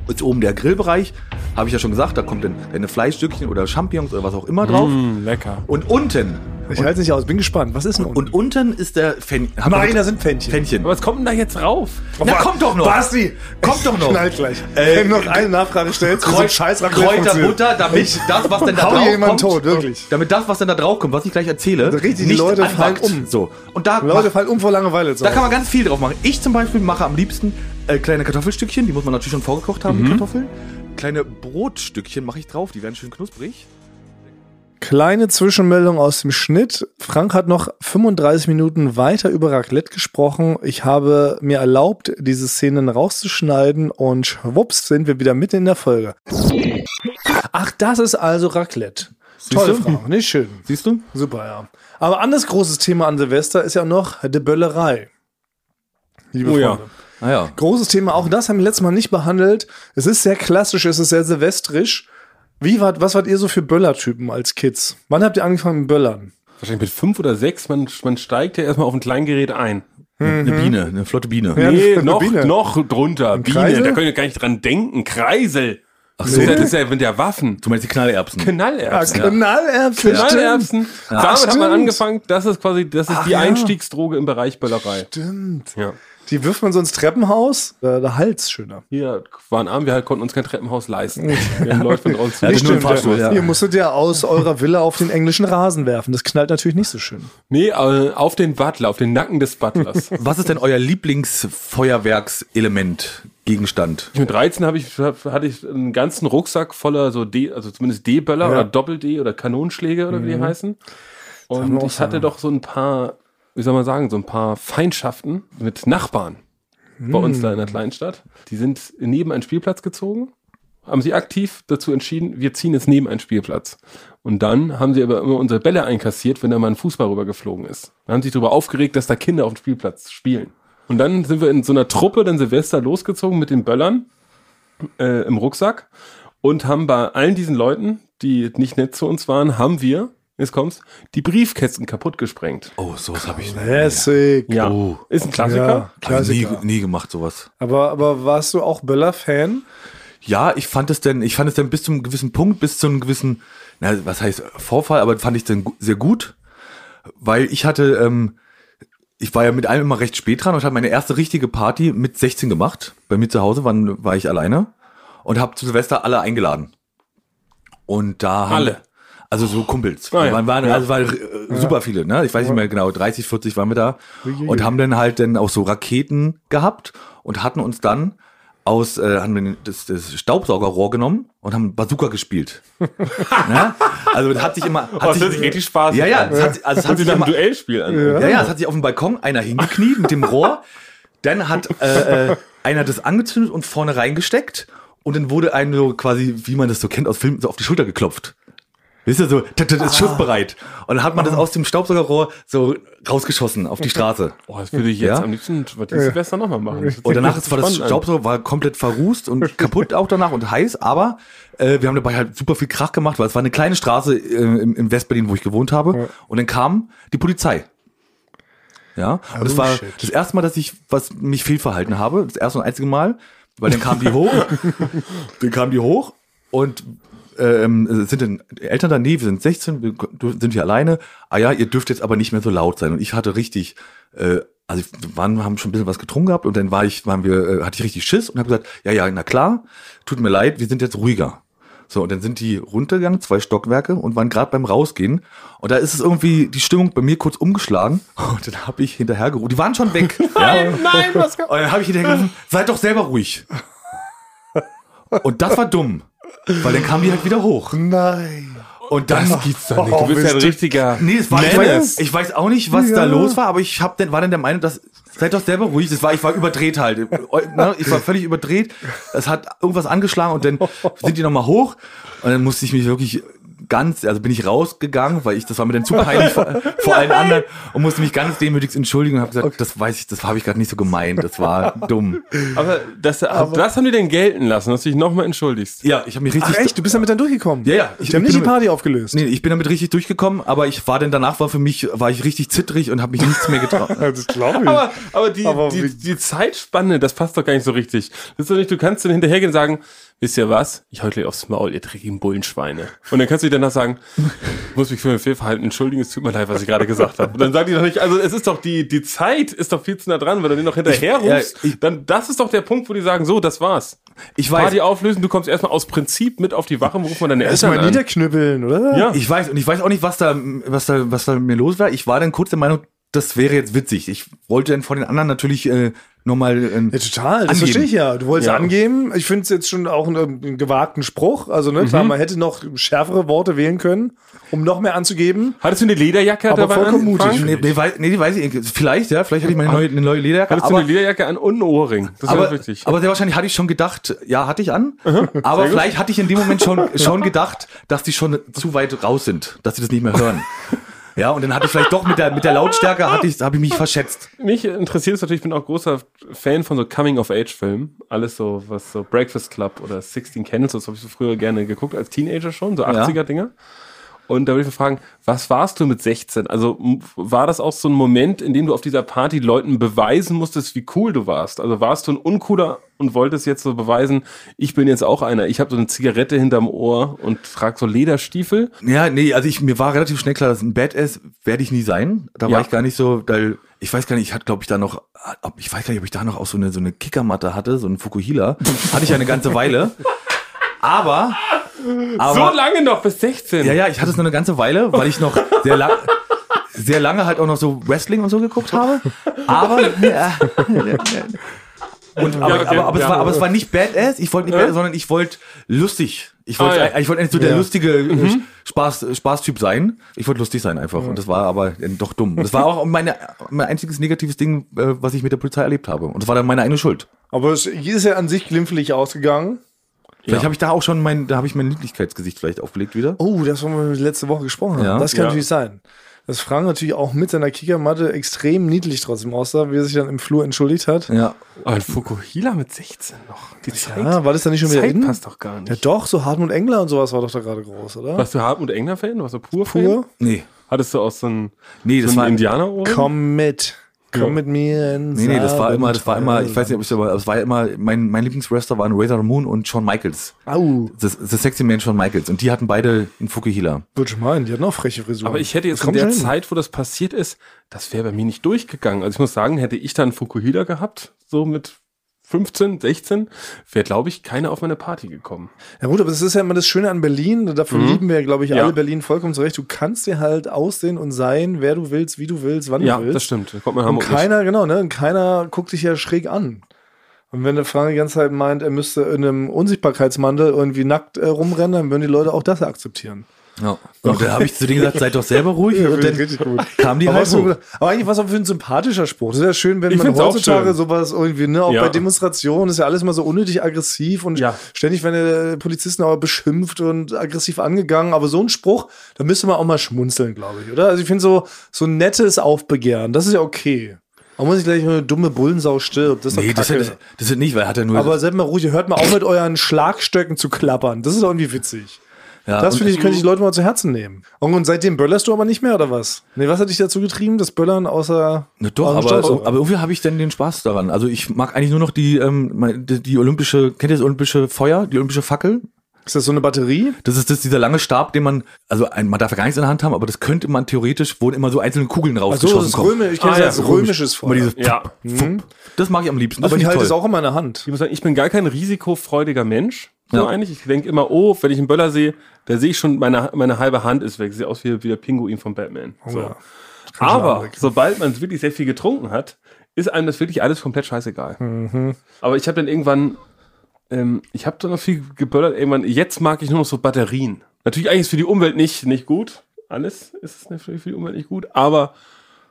Ist oben der Grillbereich, habe ich ja schon gesagt, da kommt dann deine Fleischstückchen oder Champignons oder was auch immer drauf.
Mm, lecker.
Und unten,
Ich halte es nicht aus, bin gespannt. Was ist denn unten?
und unten ist der Fännchen.
Nein, da sind Fännchen.
Fännchen.
Aber was kommt denn da jetzt rauf?
Na, kommt doch noch.
Basti,
Kommt doch noch.
Knallt gleich.
Äh,
Wenn du noch eine Nachfrage stellst,
Kräu- Kräuterbutter, damit das, was denn da
hau
drauf
jemanden
kommt,
tot, wirklich.
damit das, was denn da drauf kommt, was ich gleich erzähle,
Also richtig, die Leute
anpackt.
fallen um.
So und da
Leute
mach-
fallen um vor Langeweile.
da kann man ganz viel drauf machen. Ich zum Beispiel mache am liebsten äh, kleine Kartoffelstückchen, die muss man natürlich schon vorgekocht haben, die Kartoffeln. Kleine Brotstückchen mache ich drauf, die werden schön knusprig.
Kleine Zwischenmeldung aus dem Schnitt. Frank hat noch 35 Minuten weiter über Raclette gesprochen. Ich habe mir erlaubt, diese Szenen rauszuschneiden und schwupps sind wir wieder mitten in der Folge. Ach, das ist also Raclette. Toll,
du?
Frank. Nicht schön.
Siehst du?
Super, ja. Aber anderes großes Thema an Silvester ist ja noch die Böllerei. Liebe
Oh ja.
Freunde.
Naja.
Großes Thema, auch das haben wir letztes Mal nicht behandelt. Es ist sehr klassisch, es ist sehr silvestrisch. Wie wart, was wart ihr so für Böllertypen als Kids? Wann habt ihr angefangen mit Böllern?
Wahrscheinlich mit fünf oder sechs, man, man steigt ja erstmal auf ein Kleingerät ein.
Eine Biene, eine flotte Biene.
Mhm. Ja,
Nee,
eine
noch,
Biene.
noch drunter. Biene,
Kreisel?
da könnt ihr gar nicht dran denken. Kreisel. Ach
so.
Das ist ja, das ist ja mit der Waffen.
Du meinst die Knallerbsen?
Knallerbsen.
Knallerbsen.
Knallerbsen. Damit hat man
stimmt.
angefangen. Das ist quasi, das ist die
ja.
Einstiegsdroge im Bereich Böllerei.
Stimmt.
Ja.
Die wirft man so ins Treppenhaus, da, da Hals schöner.
Hier waren arm, wir halt konnten uns kein Treppenhaus leisten. Wir läuft man draußen
Das
zu.
stimmt, nur ein Fahrstuhl,
ja.
ja.
Ihr musstet ja aus eurer Villa auf den englischen Rasen werfen. Das knallt natürlich nicht so schön.
Nee, äh, auf den Butler, auf den Nacken des Butlers.
Was ist denn euer Lieblingsfeuerwerkselement, Gegenstand?
Mit 13 habe ich, hatte ich einen ganzen Rucksack voller so D, also zumindest D-Böller oder Doppel-D oder Kanonschläge oder wie die heißen. Und ich hatte doch so ein paar, wie soll man sagen, so ein paar Feindschaften mit Nachbarn bei uns da in der Kleinstadt. Die sind neben einen Spielplatz gezogen, haben sich aktiv dazu entschieden, wir ziehen jetzt neben einen Spielplatz. Und dann haben sie aber immer unsere Bälle einkassiert, wenn da mal ein Fußball rübergeflogen ist. Dann haben sie sich darüber aufgeregt, dass da Kinder auf dem Spielplatz spielen. Und dann sind wir in so einer Truppe dann Silvester losgezogen mit den Böllern äh, im Rucksack und haben bei allen diesen Leuten, die nicht nett zu uns waren, haben wir, jetzt kommt's, die Briefkästen kaputt gesprengt.
Oh, sowas habe ich
Lässig.
Ja.
Oh.
Ist ein
Ja,
Klassiker.
hab ich nie,
Klassiker.
nie gemacht, sowas.
Aber, aber warst du auch Böller-Fan?
Ja, ich fand es denn, ich fand es dann bis zu einem gewissen Punkt, bis zu einem gewissen, na, was heißt Vorfall, aber fand ich dann gu- sehr gut, weil ich hatte, ähm, ich- ich war ja mit allem immer recht spät dran und habe meine erste richtige Party mit 16 gemacht. Bei mir zu Hause waren, war ich alleine und habe zu Silvester alle eingeladen. Und da haben-
Alle?
Also so Kumpels.
Ah ja.
waren, waren, also waren äh, super viele, ne? Ich weiß nicht mehr genau, 30, 40 waren wir da und haben dann halt dann auch so Raketen gehabt und hatten uns dann aus, äh, haben wir das, das Staubsaugerrohr genommen und haben Bazooka
<laughs>
gespielt. ne? Also das hat sich immer. Hat
Oh, das hört sich richtig Spaß
Ja, ja,
an.
das hat, also das
Das hat
hat sich
sich nach einem
immer,
Duellspiel an.
ja, ja, es hat sich auf dem Balkon einer hingekniet mit dem Rohr. Dann hat äh, äh, einer das angezündet und vorne reingesteckt. Und dann wurde einem so quasi, wie man das so kennt aus Filmen, so auf die Schulter geklopft. Wisst ihr, so, das das ist schussbereit. Und dann hat man das aus dem Staubsaugerrohr so rausgeschossen auf die Straße.
Oh, das würde ich jetzt
Ja.
am liebsten was dieses Silvester nochmal machen. Das
<laughs> Und danach
ist
war das
spannend an.
Staubsauger war komplett verrußt
<laughs>
und kaputt auch danach und heiß, aber äh, wir haben dabei halt super viel Krach gemacht, weil es war eine kleine Straße äh, im, im Westberlin, wo ich gewohnt habe. Und dann kam die Polizei. Ja. Und es
Oh,
war
shit.
das erste Mal, dass ich was mich fehlverhalten habe. Das erste und einzige Mal. Weil dann kamen die hoch. dann kamen die hoch und ähm, sind denn die Eltern da? Nee, wir sind 16, wir dür- sind hier alleine. Ah ja, ihr dürft jetzt aber nicht mehr so laut sein. Und ich hatte richtig, äh, also wir waren, haben schon ein bisschen was getrunken gehabt und dann war ich, waren wir, äh, hatte ich richtig Schiss und habe gesagt, ja, ja, na klar, tut mir leid, wir sind jetzt ruhiger. So, und dann sind die runtergegangen, zwei Stockwerke und waren gerade beim Rausgehen. Und da ist es irgendwie die Stimmung bei mir kurz umgeschlagen. <laughs> Und dann habe ich hinterhergerufen. Die waren schon
<laughs>
weg. ja?
Oh Nein, was kann
Und dann habe ich hinterhergerufen, seid doch selber ruhig. Und das war dumm. Weil dann kamen die halt wieder hoch.
Nein.
Und dann
gibt's da nicht? Du
Oh,
bist ja ein
bist
<laughs>
du-
richtiger.
Nee, es war, ich,
Menace.
weiß, ich weiß auch nicht, was
Ja.
da los war, aber ich hab denn, war dann der Meinung, dass seid doch selber ruhig. Das war, ich war überdreht halt. Ne, Ich war völlig überdreht. Es hat irgendwas angeschlagen und dann sind die nochmal hoch und dann musste ich mich wirklich ganz, also bin ich rausgegangen, weil ich, das war mir dann zu peinlich vor, vor allen anderen und musste mich ganz demütigst entschuldigen und habe gesagt, das weiß ich, das habe ich gerade nicht so gemeint, das war dumm.
Aber das, das haben die denn gelten lassen, dass du dich nochmal entschuldigst.
Ja, ich habe mich richtig.
Ach echt, du bist damit dann durchgekommen?
Ja, ja.
Ich,
Ich-
die haben
ich
nicht die
bin damit-
Party aufgelöst.
Nee, ich bin damit richtig durchgekommen, aber ich war denn danach war für mich, war ich richtig zittrig und habe mich nichts mehr
<laughs>
getraut.
Das glaube ich.
Aber, aber, die,
Aber wie-
die, die Zeitspanne, das passt doch gar nicht so richtig. Das ist doch nicht, du kannst dann hinterhergehen und sagen, wisst ihr was? Ich hau euch gleich aufs Maul, ihr dreckigen Bullenschweine. Und dann kannst du dir danach sagen, ich muss mich für mein Fehlverhalten entschuldigen, es tut mir leid, was ich gerade gesagt habe. Und dann sagen die doch nicht, also es ist doch die, die Zeit ist doch viel zu nah dran, wenn du den noch hinterher
Ich- ja,
rufst,
ich-
dann das ist doch der Punkt, wo die sagen, so, das war's.
Ich weiß,
Party auflösen, du kommst erstmal aus Prinzip mit auf die Wache, ruft man deine Eltern
Erstmal
an.
niederknüppeln, oder?
Ja.
Ich weiß, und ich weiß auch nicht, was da, was da, was da mit mir los war. Ich war dann kurz der Meinung, das wäre jetzt witzig. Ich wollte dann von den anderen natürlich äh, nochmal. Äh,
Ja, total, das
Angeben.
verstehe ich ja. Du wolltest
Ja.
angeben. Ich finde es jetzt schon auch einen, ähm, gewagten Spruch. Also, ne, klar, man hätte noch schärfere Worte wählen können, um noch mehr anzugeben.
Hattest du eine Lederjacke
Aber
dabei
vollkommen
an,
mutig.
Frank?
nee, nee, weiß, nee, weiß ich nicht. Vielleicht, ja, vielleicht hatte ich meine neue, eine neue Lederjacke.
Hattest du
Aber,
eine Lederjacke an und einen Ohrring? Das ist
aber,
wichtig.
aber sehr wahrscheinlich hatte ich schon gedacht, ja, hatte ich an. aber vielleicht hatte ich in dem Moment schon, schon gedacht, dass die schon zu weit raus sind, dass sie das nicht mehr hören. Ja, und dann hatte ich vielleicht doch mit der, mit der Lautstärke, hatte ich, habe ich mich verschätzt.
Mich interessiert es natürlich, ich bin auch großer Fan von so Coming-of-Age-Filmen. Alles so, was so Breakfast Club oder 16 Candles, das habe ich so früher gerne geguckt, als Teenager schon, so 80er-Dinger. Und da würde ich mich fragen, was warst du mit 16? Also m- war das auch so ein Moment, in dem du auf dieser Party Leuten beweisen musstest, wie cool du warst? Also warst du ein Uncooler und wolltest jetzt so beweisen, ich bin jetzt auch einer. Ich habe so eine Zigarette hinterm Ohr und trage so Lederstiefel.
Ja, nee, also ich, mir war relativ schnell klar, dass ein Badass werde ich nie sein. Da
Ja.
war ich gar nicht so, weil ich weiß gar nicht, ich hatte, glaube ich, da noch, ob- ich weiß gar nicht, ob ich da noch auch so eine, so eine Kickermatte hatte, so einen Fukuhila. hatte ich ja eine ganze Weile. Aber, aber
so lange noch, bis 16.
ja, ja, ich hatte es noch eine ganze Weile, weil ich noch sehr lang, sehr lange halt auch noch so Wrestling und so geguckt habe. Aber, ja, und, aber,
okay,
aber, aber,
ja. Äh?
es war, aber es war nicht Badass, ich wollte nicht Badass, sondern ich wollte lustig. Ich wollte,
Ah, ja. Mhm.
ich wollte eigentlich so der
Ja.
lustige äh, Spaß, Spaßtyp sein. Ich wollte lustig sein einfach. Und das war aber äh, doch dumm. Das war auch meine, mein einziges negatives Ding, äh, was ich mit der Polizei erlebt habe. Und das war dann meine eigene Schuld.
Aber es ist ja an sich glimpflich ausgegangen.
Vielleicht
Ja.
habe ich da auch schon mein, da habe ich mein Lieblichkeitsgesicht vielleicht aufgelegt wieder.
Oh, das, was wir letzte Woche gesprochen haben.
Ja.
Das kann
Ja.
natürlich sein. Dass Frank natürlich auch mit seiner Kickermatte extrem niedlich trotzdem aussah, wie er sich dann im Flur entschuldigt hat.
Ja.
Oh, ein Fukuhila mit 16 noch. Die Zeit,
Ah, war das dann nicht schon wieder
Zeit
in?
passt doch gar
Ja
nicht.
doch, so Hartmut Engler und sowas war doch da gerade groß, oder?
Warst du Hartmut Engler-Fan? Warst du pur,
Pur?
Fan?
Nee.
Hattest du auch so einen,
Nee, das
so
war
einen indianer -Ohren?
Komm mit. Komm mit mir ins
Nee, nee, das war immer, das war immer, ich weiß nicht, ob ich aber, es war immer, mein, mein Lieblingswrestler waren Razor Moon und Shawn Michaels.
Au,
The, The Sexy Man Shawn Michaels. Und die hatten beide einen Fukuhila.
würde ich meinen, die hatten auch freche Frisuren.
Aber ich hätte jetzt
Das
in
kommt
der
schon hin.
Zeit, wo das passiert ist, das wäre bei mir nicht durchgegangen. Also ich muss sagen, hätte ich dann Fukuhila gehabt, so mit 15, 16, wäre, glaube ich, keiner auf meine Party gekommen.
Ja gut, aber das ist ja immer das Schöne an Berlin. Davon
Mhm.
lieben wir, glaube ich,
Ja.
alle Berlin vollkommen zurecht. Du kannst dir halt aussehen und sein, wer du willst, wie du willst, wann
Ja,
du willst.
das stimmt. Da kommt man
Und
in Hamburg nicht.
keiner, genau, ne? Und keiner guckt dich ja schräg an. Und wenn der Frank die ganze Zeit meint, er müsste in einem Unsichtbarkeitsmantel irgendwie nackt äh, rumrennen, dann würden die Leute auch das akzeptieren.
Ja. Und da habe ich zu denen gesagt, seid doch selber ruhig. Und dann
gut.
kam die
Aber,
halt
was
hoch.
für, aber eigentlich was auch für ein sympathischer Spruch. Das ist ja schön, wenn
Ich
man
find's auch
heutzutage
schön.
sowas irgendwie, ne, auch
Ja.
bei Demonstrationen ist ja alles mal so unnötig aggressiv und
Ja.
ständig werden der Polizisten aber beschimpft und aggressiv angegangen. Aber so ein Spruch, da müsste man auch mal schmunzeln, glaube ich, oder? Also ich finde so, so ein nettes Aufbegehren, das ist ja okay. Man muss nicht gleich eine dumme Bullensau stirbt. Das ist
Nee,
doch
das
Kacke.
sind, das sind nicht, weil er hat er nur.
aber seid mal ruhig, hört mal auf mit euren Schlagstöcken zu klappern. Das ist doch irgendwie witzig.
ja,
Das
und-
finde ich, könnte ich Leute mal zu Herzen nehmen. Und, und seitdem böllerst du aber nicht mehr, oder was? Nee, was hat dich dazu getrieben, das Böllern außer.
Na doch,
außer
aber,
Staubsauger?
aber irgendwie habe ich dann den Spaß daran. Also ich mag eigentlich nur noch die, ähm, mein- die, die olympische, kennt ihr das olympische Feuer, die olympische Fackel?
Ist das so eine Batterie?
Das ist das, dieser lange Stab, den man, also ein, man darf ja gar nichts in der Hand haben, aber das könnte man theoretisch, wurden immer so einzelne Kugeln rausgeschossen. kommen.
ich kenne
Ah,
Also, das
ja,
als römisches Feuer.
Immer diese-
Ja.
Mhm.
Das mag ich am liebsten. Das
Aber ich
find
halte
toll.
es auch immer in der Hand.
Ich muss sagen, ich bin gar kein risikofreudiger Mensch. So
Ja.
eigentlich. Ich denke immer, oh, wenn ich einen Böller sehe, da sehe ich schon, meine, meine halbe Hand ist weg. Sieht aus wie, wie der Pinguin von Batman. So.
ja. schon auch
Aber
weg.
sobald man wirklich sehr viel getrunken hat, ist einem das wirklich alles komplett scheißegal. Aber ich habe dann irgendwann, ähm, ich habe dann noch viel geböllert, irgendwann, jetzt mag ich nur noch so Batterien. Natürlich eigentlich ist für die Umwelt nicht, nicht gut. Alles ist natürlich für die Umwelt nicht gut, aber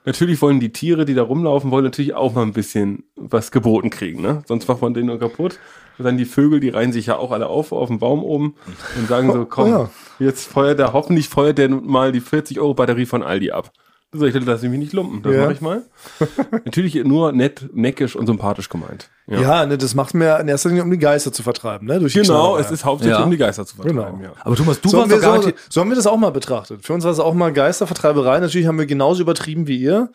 natürlich wollen die Tiere, die da rumlaufen, wollen natürlich auch mal ein bisschen was geboten kriegen, ne? Sonst macht man den nur kaputt. Und dann die Vögel, die reihen sich ja auch alle auf auf dem Baum oben und
<laughs>
sagen so, komm,
Oh, ja.
jetzt feuert er, hoffentlich feuert der nun mal die 40 Euro Batterie von Aldi ab. So, ich lasse mich nicht lumpen, das
Ja.
mache
<laughs>
ich mal. Natürlich nur nett, neckisch und sympathisch gemeint.
Ja, ne, das macht mir in erster Linie, um die Geister zu vertreiben, ne? Durch die
Genau,
Knaller.
es ist hauptsächlich
Ja.
um die Geister zu vertreiben.
Genau.
Genau.
aber Thomas, du
So haben,
warst doch
wir,
gar
so,
nicht.
so haben wir das auch mal betrachtet. Für uns war es auch mal Geistervertreiberei. Natürlich haben wir genauso übertrieben wie ihr.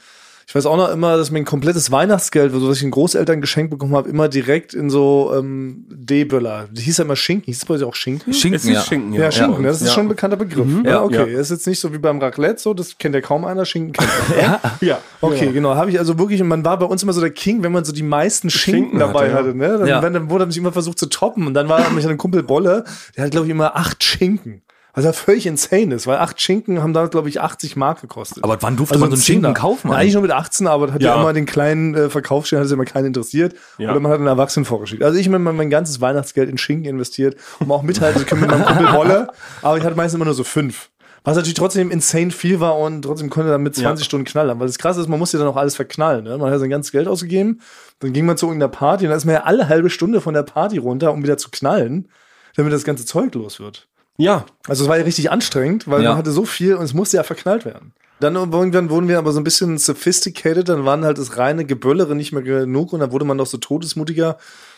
Ich weiß auch noch immer, dass mein komplettes Weihnachtsgeld, also was ich den Großeltern geschenkt bekommen habe, immer direkt in so ähm, D-Böller. Die hieß ja immer Schinken. Hieß es bei euch auch Schinken?
Es ist Schinken,
Ja, Schinken, das ist
Ja.
schon ein bekannter Begriff.
Ja,
Ja, okay.
ja.
Ist jetzt nicht so wie beim Raclette, so, das kennt ja kaum einer, Schinken kennt man. ja.
Ja.
Okay, genau. Habe ich also wirklich, und man war bei uns immer so der King, wenn man so die meisten Schinken,
Schinken
dabei hatte,
hatte,
ne? Dann,
Ja.
wenn, dann wurde mich immer versucht zu toppen und dann war mich ein Kumpel Bolle, der hat, glaube ich, immer acht Schinken. Was ja völlig insane ist, weil acht Schinken haben damals, glaube ich, 80 Mark gekostet.
Aber wann durfte man so einen Schinken kaufen?
Ja, Also eigentlich nur mit 18, aber das hat ja,
Ja.
immer den kleinen äh, Verkaufsstellen, hat es immer keinen interessiert.
Ja.
Oder man hat einen Erwachsenen vorgeschickt. Also ich habe mein, mein ganzes Weihnachtsgeld in Schinken investiert, um auch mithalten zu können mit
<laughs>
meinem Kumpel Wolle. Aber ich hatte meistens immer nur so fünf. Was natürlich trotzdem insane viel war und trotzdem konnte dann mit 20 Stunden knallern. Weil das krasse ist, man muss ja dann auch alles verknallen. Ne? Man hat sein ganzes Geld ausgegeben, dann ging man zu irgendeiner Party und dann ist man ja alle halbe Stunde von der Party runter, um wieder zu knallen, damit das ganze Zeug los wird.
Ja.
Also es war ja richtig anstrengend, weil
Ja.
man hatte so viel und es musste ja verknallt werden. Dann irgendwann wurden wir aber so ein bisschen sophisticated, dann waren halt das reine Geböllere nicht mehr genug und dann wurde man noch so todesmutiger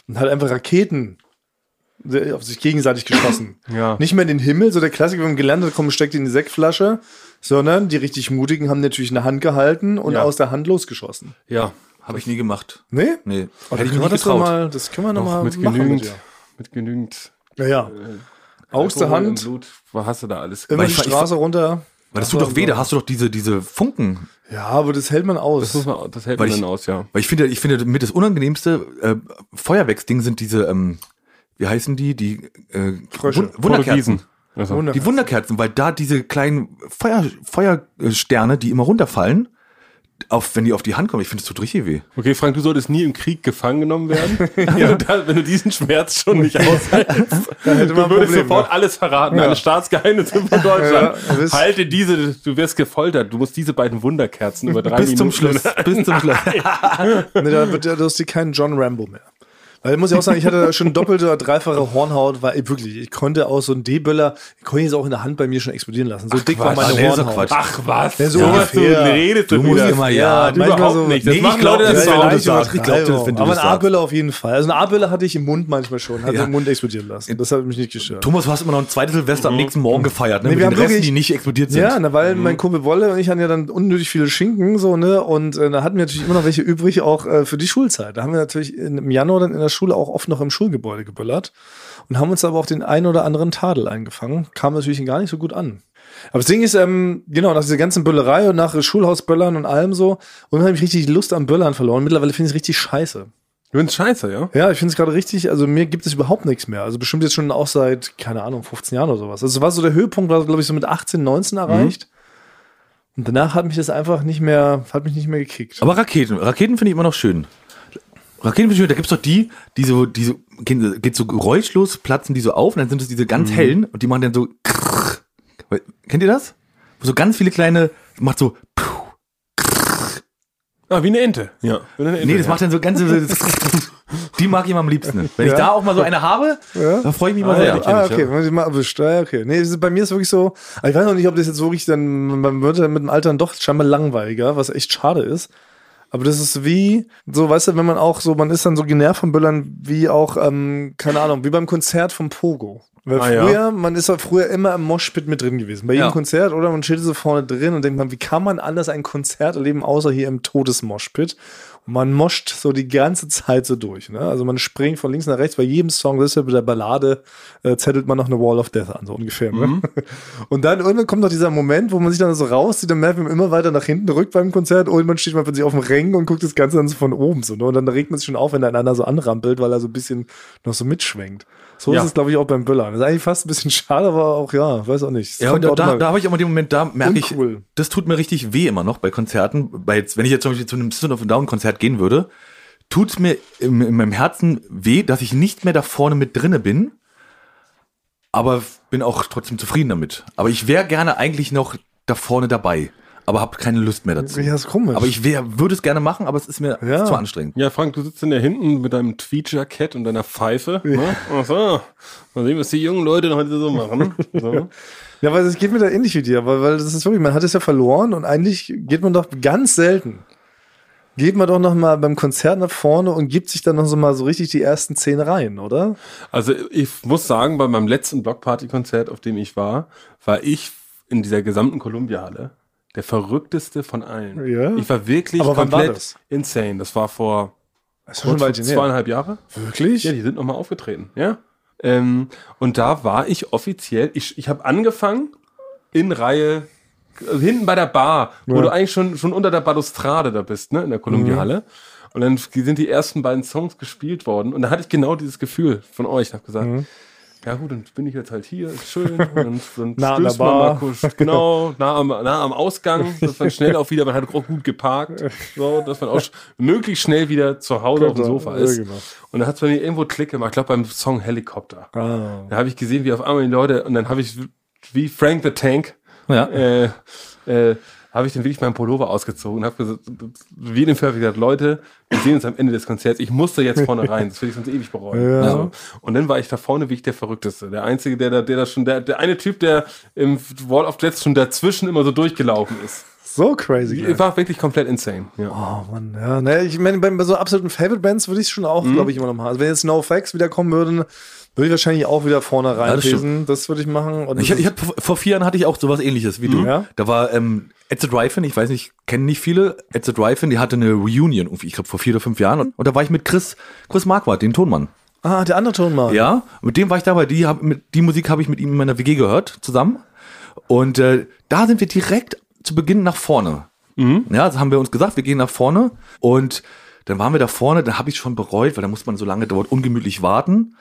und hat einfach Raketen äh, auf sich gegenseitig geschossen.
<laughs>
Ja.
Nicht mehr in den Himmel, so der Klassiker, wenn man gelernt hat, komm, steckt in die Sektflasche, sondern die richtig Mutigen haben natürlich eine Hand gehalten und
Ja.
aus der Hand losgeschossen.
Ja.
Habe ich nie gemacht.
Nee?
Nee.
Aber
Hätte ich
Oh,
mir
können wir
nicht
das, noch
getraut.
mal, das können Ah, wir
Noch
nochmal
mit genügend, mit genügend
Ja, ja.
Äh,
Aus der
Alkohol im
Hand,
Blut. Was hast du da alles?
immer
Weil
die
ich- ich-
Straße runter.
Weil das tut doch weh, da hast du doch diese, diese Funken.
Ja, aber das hält man aus.
Das, muss man, das hält
Weil
man
ich-
dann aus, ja.
Weil ich finde, ich finde mit das unangenehmste äh, Feuerwerksding sind diese, ähm, wie heißen die? Die äh,
Frösche.
Wun- Wunderkerzen.
Also,
<laughs> Wunder-
Die Wunderkerzen, weil da diese kleinen Feuer, Feuersterne, die immer runterfallen, auf, wenn die auf die Hand kommen, ich finde, das tut richtig weh.
okay, Frank, du solltest nie im Krieg gefangen genommen werden.
<laughs>
wenn, du da, wenn du diesen Schmerz schon nicht aushältst, du
hätte
würdest
man ein Problem,
sofort alles verraten,
Ja.
alle Staatsgeheimnisse
<laughs>
von Deutschland.
Ja, das-
Halte diese, du wirst gefoltert. Du musst diese beiden Wunderkerzen über drei
Bis
Minuten <laughs>
zum Schluss. Bis zum Schluss.
Nee, da wird ja lustig kein John Rambo mehr. Weil muss ich auch sagen, ich hatte schon doppelte oder dreifache Hornhaut, weil ich wirklich, ich konnte auch so einen D-Böller, ich konnte jetzt auch in der Hand bei mir schon explodieren lassen. So dick war
Quatsch.
meine
Nee, so
Hornhaut.
Quatsch.
Ach was,
Ja, so
was du
ungefähr.
redest
Du musst
wieder.
immer, ja,
du überhaupt nicht. Das
nee, ich
machen
glaube,
Leute,
das
das
ist
ist
wenn du
Vielleicht
sagst. Ich
übertreibe
glaube, das,
auch.
wenn du
Aber
das
ein
sagst.
A-Böller auf jeden Fall. Also ein A-Böller hatte ich im Mund manchmal schon, hat
Ja.
im Mund explodieren lassen. Das hat mich nicht gestört.
Thomas, du hast immer noch ein zweites Silvester am nächsten Morgen gefeiert, ne?
Mhm. Nee,
mit
wir
den
haben
Resten,
wirklich-
die nicht explodiert sind. Mhm.
Ja, na, weil mein Kumpel Wolle und ich hatten ja dann unnötig viele Schinken, so, ne? Und äh, da hatten wir natürlich immer noch welche übrig, auch äh, für die Schulzeit. Da haben wir natürlich in, im Januar dann in der Schule auch oft noch im Schulgebäude geböllert und haben uns aber auch den einen oder anderen Tadel eingefangen. Kam natürlich gar nicht so gut an. Aber das Ding ist, ähm, genau, nach dieser ganzen Böllerei und nach Schulhausböllern und allem so, unheimlich richtig Lust am Böllern verloren. Mittlerweile finde ich es richtig scheiße.
Du findest scheiße, ja?
Ja, ich finde es gerade richtig, also mir gibt es überhaupt nichts mehr. Also bestimmt jetzt schon auch seit, keine Ahnung, 15 Jahren oder sowas. Also war so der Höhepunkt, war, glaube ich, so mit 18, 19 erreicht. Und danach hat mich das einfach nicht mehr, hat mich nicht mehr gekickt.
Aber Raketen, Raketen finde ich immer noch schön. Raketen finde ich schön, da gibt es doch die, die so, die so, gehen, geht so geräuschlos, platzen die so auf und dann sind es diese
Mhm.
ganz hellen und die machen dann so. krrr. Weil- Kennt ihr das? Wo so ganz viele kleine, macht so. puh.
Ah, wie eine Ente. Ja. Wie eine Ente.
Nee, das macht dann so ganz.
<laughs>
die mag ich immer am liebsten. Wenn ich
Ja.
da auch mal so eine habe, da freue ich mich mal
Ah, ja,
sehr.
die
ah, okay, muss ich mal erwischt. Ah, ja, okay. Nee, es ist- bei mir ist wirklich so, aber ich weiß noch nicht, ob das jetzt wirklich dann, man wird dann mit dem Alter dann doch scheinbar langweiliger, was echt schade ist. Aber das ist wie, so, weißt du, wenn man auch so, man ist dann so genervt von Böllern, wie auch, ähm, keine Ahnung, wie beim Konzert vom Pogo. Weil
Ah, ja.
früher, man ist ja früher immer im Moshpit mit drin gewesen. Bei jedem
Ja.
Konzert, oder? Man steht so vorne drin und denkt man, wie kann man anders ein Konzert erleben, außer hier im Todesmoshpit? Und man moscht so die ganze Zeit so durch. Ne? Also man springt von links nach rechts. Bei jedem Song, selbst bei der Ballade, äh, zettelt man noch eine Wall of Death an, so ungefähr.
Mhm.
Ne? <laughs> Und dann irgendwann kommt noch dieser Moment, wo man sich dann so rauszieht und merkt, wie man immer weiter nach hinten rückt beim Konzert. Und man steht mal plötzlich auf dem Ring und guckt das Ganze dann so von oben. So, ne? Und dann regt man sich schon auf, wenn der einander so anrampelt, weil er so ein bisschen noch so mitschwenkt. So
Ja.
ist es, glaube ich, auch beim Böllern. Das ist eigentlich fast ein bisschen <laughs> schade, aber auch ja, weiß auch nicht. Das
Ja, und
kommt
da,
auch
da,
immer-
da habe ich immer den Moment, da merke ich,
Uncool.
das tut mir richtig weh immer noch bei Konzerten. Bei jetzt, wenn ich jetzt zum Beispiel zu einem System of a Down Konzert gehen würde, tut's mir im, in meinem Herzen weh, dass ich nicht mehr da vorne mit drinne bin. Aber f- bin auch trotzdem zufrieden damit. Aber ich wäre gerne eigentlich noch da vorne dabei. Aber habe keine Lust mehr dazu.
ja, ist komisch.
Aber ich wär- würde es gerne machen, aber es ist mir
Ja.
zu anstrengend.
Ja, Frank, du sitzt in der hinten mit deinem Tweet-Jackett und deiner Pfeife. Ne? Ach so. Mal sehen, was die jungen Leute heute so machen. So.
Ja, weil es geht mir da ähnlich wie dir, weil, weil das ist wirklich, man hat es ja verloren und eigentlich geht man doch ganz selten. Geht man doch noch mal beim Konzert nach vorne und gibt sich dann noch so mal so richtig die ersten zehn rein, oder?
Also ich muss sagen, bei meinem letzten Blockparty-Konzert, auf dem ich war, war ich in dieser gesamten Columbia-Halle der verrückteste von allen.
Ja?
Ich war wirklich
Aber wann war
komplett
das?
insane. Das war vor
Das ist
kurz, zweieinhalb Jahre.
Wirklich?
Ja, die sind nochmal aufgetreten, ja. Ähm, und da war ich offiziell, ich, ich habe angefangen in Reihe, also hinten bei der Bar, wo
Ja.
du eigentlich schon, schon unter der Balustrade da bist, ne, in der Kolumbia-Halle.
Mhm.
Und dann sind die ersten beiden Songs gespielt worden. Und da hatte ich genau dieses Gefühl von euch. Ich habe gesagt,
Mhm.
ja gut, dann bin ich jetzt halt hier, ist schön. Und dann, dann
<laughs> Nah an
stößt
der
man
Bar.
mal kurz- genau, nah am, nah am Ausgang. Das war schnell auch wieder, man hat auch
<laughs>
gut geparkt, so, dass man auch sch- möglichst schnell wieder zu Hause auf dem Sofa
Ja,
ist.
genau.
Und da hat es bei mir irgendwo Klick gemacht, ich glaube beim Song Helikopter.
Ah.
Da habe ich gesehen, wie auf einmal die Leute, und dann habe ich wie Frank the Tank,
Ja.
äh, äh, habe ich dann wirklich meinen Pullover ausgezogen und habe gesagt, wie in dem Film gesagt, Leute, wir sehen uns am Ende des Konzerts, ich musste jetzt vorne rein, das würde ich sonst ewig bereuen.
Ja.
Also, und dann war ich da vorne wie ich der Verrückteste. Der Einzige, der da, der da schon, der, der eine Typ, der im Wall of Death schon dazwischen immer so durchgelaufen ist.
So crazy.
Ich war wirklich komplett insane. Ja.
Oh Mann, ja. Naja, ich meine, bei, bei so absoluten Favorite Bands würde ich es schon auch,
Mhm.
glaube ich, immer noch machen. Also wenn jetzt No Facts wieder kommen würden, würde ich wahrscheinlich auch wieder vorne rein
das stimmt.
lesen. Das würde ich machen. Und
Ich,
das
ich
ist- Mhm.
hab, vor vier Jahren hatte ich auch sowas ähnliches wie du.
Ja.
Da war ähm, Ed the Drive-In, ich weiß nicht, kennen nicht viele. Ed the Drive-In, die hatte eine Reunion, irgendwie, ich glaube vor vier oder fünf Jahren. Und, und da war ich mit Chris, Chris Marquardt, dem Tonmann.
ah, der andere Ton mal.
Ja, mit dem war ich dabei. Die, hab, mit, die Musik habe ich mit ihm in meiner WG gehört, zusammen. Und äh, da sind wir direkt zu Beginn nach vorne.
Mhm.
Ja, das haben wir uns gesagt, wir gehen nach vorne. Und dann waren wir da vorne, da habe ich schon bereut, weil da muss man so lange dort ungemütlich warten.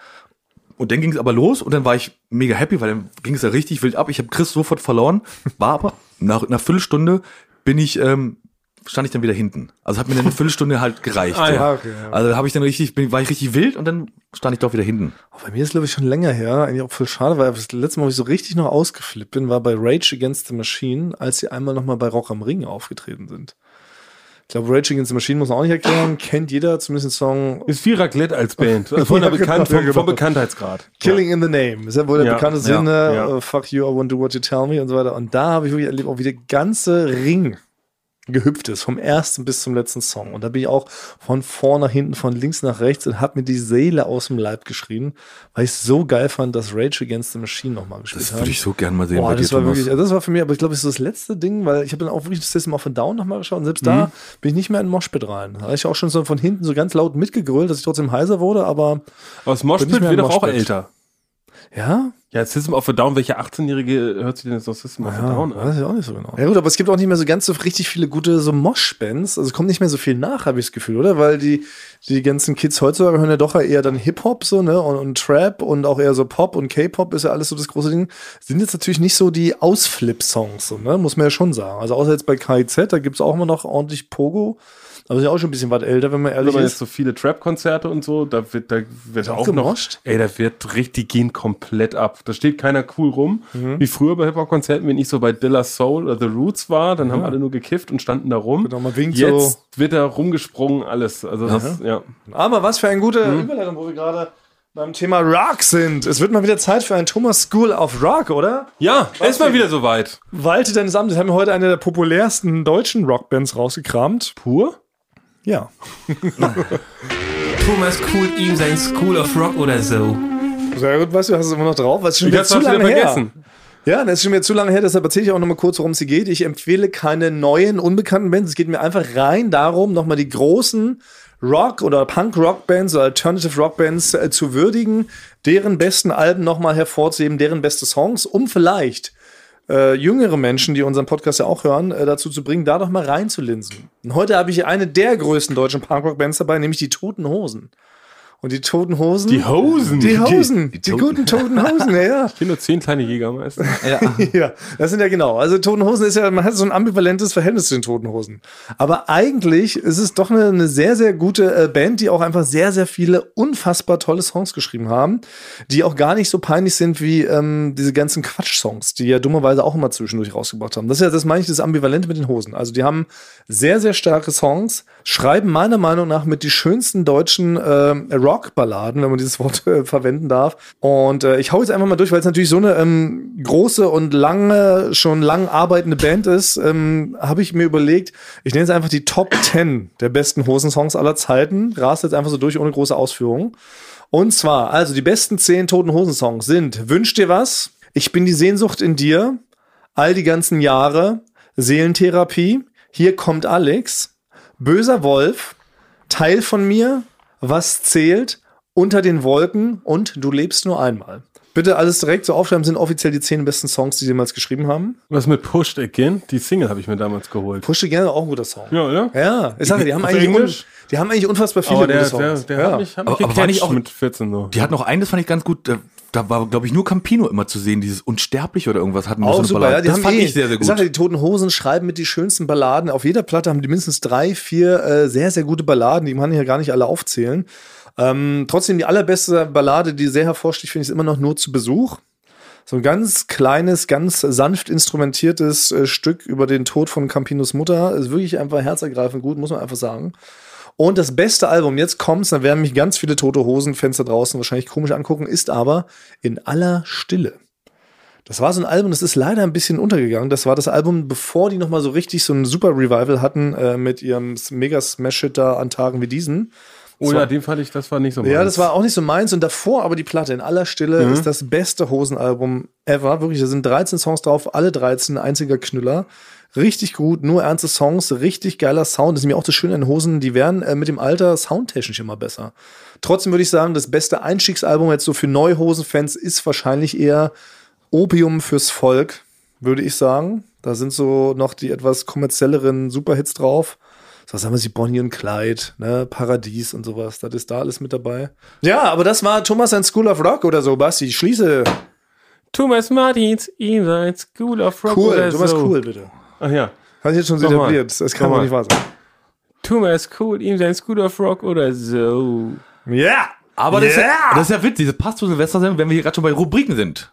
Und dann ging es aber los und dann war ich mega happy, weil dann ging es ja richtig wild ab. Ich habe Chris sofort verloren, war aber nach einer Viertelstunde bin ich, ähm, stand ich dann wieder hinten. Also hat mir dann eine Viertelstunde halt gereicht.
Ah,
so.
ja, okay, ja.
Also habe ich dann richtig, bin, war ich richtig wild und dann stand ich doch wieder hinten.
Oh, Bei mir ist, glaube ich, schon länger her. Eigentlich auch voll schade, weil das letzte Mal, wo ich so richtig noch ausgeflippt bin, war bei Rage Against the Machine, als sie einmal nochmal bei Rock am Ring aufgetreten sind. glaube, Rage Against the Machine muss man auch nicht erklären. Kennt jeder zumindest den Song
Ist viel Raclette
<laughs>
als Band. Von der
Ja, genau,
Bekannt,
ja,
vom,
genau.
vom Bekanntheitsgrad.
Killing in the Name. Ist ja wohl der
Ja,
bekannte
ja,
Sinne.
ja.
äh, fuck you, I won't do what you tell me und so weiter. Und da habe ich wirklich erlebt, auch wie der ganze Ring gehüpft ist, vom ersten bis zum letzten Song. Und da bin ich auch von vorn nach hinten, von links nach rechts und habe mir die Seele aus dem Leib geschrien, weil ich es so geil fand, dass Rage Against the Machine nochmal gespielt
Das
haben.
würde ich so gern mal sehen
Boah,
bei dir,
das war
Thomas.
wirklich, also das war für mich, aber ich glaube, das ist das letzte Ding, weil ich habe dann auch wirklich das System of a Down nochmal geschaut und selbst
Mhm.
da bin ich nicht mehr in den Moshpit rein. Da habe ich auch schon so von hinten so ganz laut mitgegrölt, dass ich trotzdem heiser wurde, aber
Aber das
Bin
Moshpit
ich mir
wird doch auch
Moshpit.
älter.
ja,
Ja, System of a Down, welcher 18-Jährige hört sich denn jetzt noch System of a
ja
Down an?
weiß ich auch nicht so genau. Ja gut, aber es gibt auch nicht mehr so ganz so richtig viele gute so Mosh-Bands, also kommt nicht mehr so viel nach, habe ich das Gefühl, oder? Weil die, die ganzen Kids heutzutage hören ja doch eher dann Hip-Hop so, ne, und, und Trap und auch eher so Pop und K-Pop ist ja alles so das große Ding. Sind jetzt natürlich nicht so die Ausflip-Songs, so, ne, muss man ja schon sagen. Also außer jetzt bei KIZ, da gibt's auch immer noch ordentlich Pogo, aber ist ja auch schon ein bisschen was älter, wenn man
Wenn
ehrlich
man
ist.
jetzt so viele Trap-Konzerte und so, da wird, da wird auch, noch.
gemoscht?
Ey, da wird richtig gehen komplett ab. Da steht keiner cool rum.
Mhm.
Wie früher bei Hip-Hop-Konzerten, wenn ich so bei Dilla Soul oder The Roots war, dann haben alle nur gekifft und standen da rum.
Genau, man winkt
Jetzt
so.
wird da rumgesprungen, alles. Also das, ja.
Aber was für ein guter Überleitung, wo wir gerade beim Thema Rock sind. Es wird mal wieder Zeit für ein Thomas School of Rock, oder?
Ja, ist mal wieder soweit.
Walte deines Amtes haben wir heute eine der populärsten deutschen Rockbands rausgekramt.
Pur?
Ja.
<laughs> Thomas coolt ihm sein School of Rock oder so.
Sehr gut, weißt du, hast es immer noch drauf. Was ist schon
Ich
wieder
hab's
zu
schon wieder
lange her.
vergessen.
Ja, das ist schon wieder zu lange her, deshalb erzähle ich auch nochmal kurz, worum es hier geht. Ich empfehle keine neuen, unbekannten Bands. Es geht mir einfach rein darum, nochmal die großen Rock- oder Punk-Rock-Bands oder Alternative-Rock-Bands äh, zu würdigen, deren besten Alben nochmal hervorzuheben, deren beste Songs, um vielleicht äh, jüngere Menschen, die unseren Podcast ja auch hören, äh, dazu zu bringen, da doch mal reinzulinsen. Und heute habe ich eine der größten deutschen Punkrock-Bands dabei, nämlich die Toten Hosen. Und die Toten Hosen.
Die Hosen.
Die Hosen. Die,
die Toten-
guten Toten Hosen, ja, ja.
Ich bin nur zehn kleine Jägermeister.
<laughs> Ja, das sind ja genau. Also Toten Hosen ist ja, man hat so ein ambivalentes Verhältnis zu den Toten Hosen. Aber eigentlich ist es doch eine, eine sehr, sehr gute äh, Band, die auch einfach sehr, sehr viele unfassbar tolle Songs geschrieben haben, die auch gar nicht so peinlich sind wie ähm, diese ganzen Quatsch-Songs, die ja dummerweise auch immer zwischendurch rausgebracht haben. Das ist ja, das meine ich, das Ambivalente mit den Hosen. Also die haben sehr, sehr starke Songs, schreiben meiner Meinung nach mit die schönsten deutschen ähm, Rockballaden, wenn man dieses Wort äh, verwenden darf. Und äh, ich hau jetzt einfach mal durch, weil es natürlich so eine ähm, große und lange, schon lang arbeitende Band ist, ähm, habe ich mir überlegt, ich nenne jetzt einfach die Top 10 der besten Hosensongs aller Zeiten. Rast jetzt einfach so durch, ohne große Ausführungen. Und zwar, also die besten 10 Toten Hosen-Songs sind Wünsch dir was, Ich bin die Sehnsucht in dir, All die ganzen Jahre, Seelentherapie, Hier kommt Alex, Böser Wolf, Teil von mir, Was zählt, Unter den Wolken und Du lebst nur einmal. Bitte alles direkt so aufschreiben, sind offiziell die 10 besten Songs, die sie jemals geschrieben haben.
Was mit Pushed Again? Die Single habe ich mir damals geholt.
Pushe gerne auch ein guter Song.
Ja, oder?
Ja, ich sage, die haben
Auf
eigentlich, un
Englisch?
die haben eigentlich unfassbar viele
Aber der,
gute
der,
Songs.
der
ja.
hat mich, hat mich
Aber- aber war nicht
gecatcht
auch-
mit 14 so.
Die hat noch einen, das fand ich ganz gut. Da, da war, glaube ich, nur Campino immer zu sehen, dieses Unsterblich oder irgendwas hatten
Auch super, ja, die
das
haben
fand
eh,
ich sehr, sehr gut.
Ich sag ja, die Toten Hosen schreiben mit die schönsten Balladen. Auf jeder Platte haben die mindestens drei, vier äh, sehr, sehr gute Balladen. Die kann ich ja gar nicht alle aufzählen. Ähm, trotzdem die allerbeste Ballade, die sehr hervorsticht, finde ich, ist immer noch nur zu Besuch. So ein ganz kleines, ganz sanft instrumentiertes äh, Stück über den Tod von Campinos Mutter. Ist wirklich einfach herzergreifend gut, muss man einfach sagen. Und das beste Album, jetzt kommt's, dann werden mich ganz viele tote Hosen-Fans da draußen wahrscheinlich komisch angucken, ist aber In aller Stille. Das war so ein Album, das ist leider ein bisschen untergegangen. Das war das Album, bevor die nochmal so richtig so ein super Revival hatten äh, mit ihrem Mega-Smash-Hit da an Tagen wie diesen.
Oh ja, den fand ich, das war nicht so
Ja,
meins.
das war auch nicht so meins. Und davor aber die Platte in aller Stille ist das beste Hosenalbum ever. Wirklich, da sind 13 Songs drauf, alle 13, einziger Knüller. Richtig gut, nur ernste Songs, richtig geiler Sound. Das ist mir auch das Schöne an Hosen, die werden äh, mit dem Alter soundtechnisch immer besser. Trotzdem würde ich sagen, das beste Einstiegsalbum jetzt so für Neuhosen-Fans ist wahrscheinlich eher Opium fürs Volk, würde ich sagen. Da sind so noch die etwas kommerzielleren Superhits drauf. So, was haben wir sie, Bonnie und Clyde, ne, Paradies und sowas. Das ist da alles mit dabei. Ja, aber das war Thomas and School of Rock oder so, Basti. Ich schließe.
Thomas Martins, Inside School of Rock
Cool,
oder
Thomas
so.
cool, bitte.
Ach ja.
Hast ich jetzt schon so
Nochmal.
etabliert. Das kann doch
Nochmal.
nicht wahr sein.
Thomas cool, ihm sein School of Rock oder so.
Ja!
Aber das, ist ja,
Yeah!
das ist ja witzig, das passt zu Silvester, wenn wir hier gerade schon bei Rubriken sind.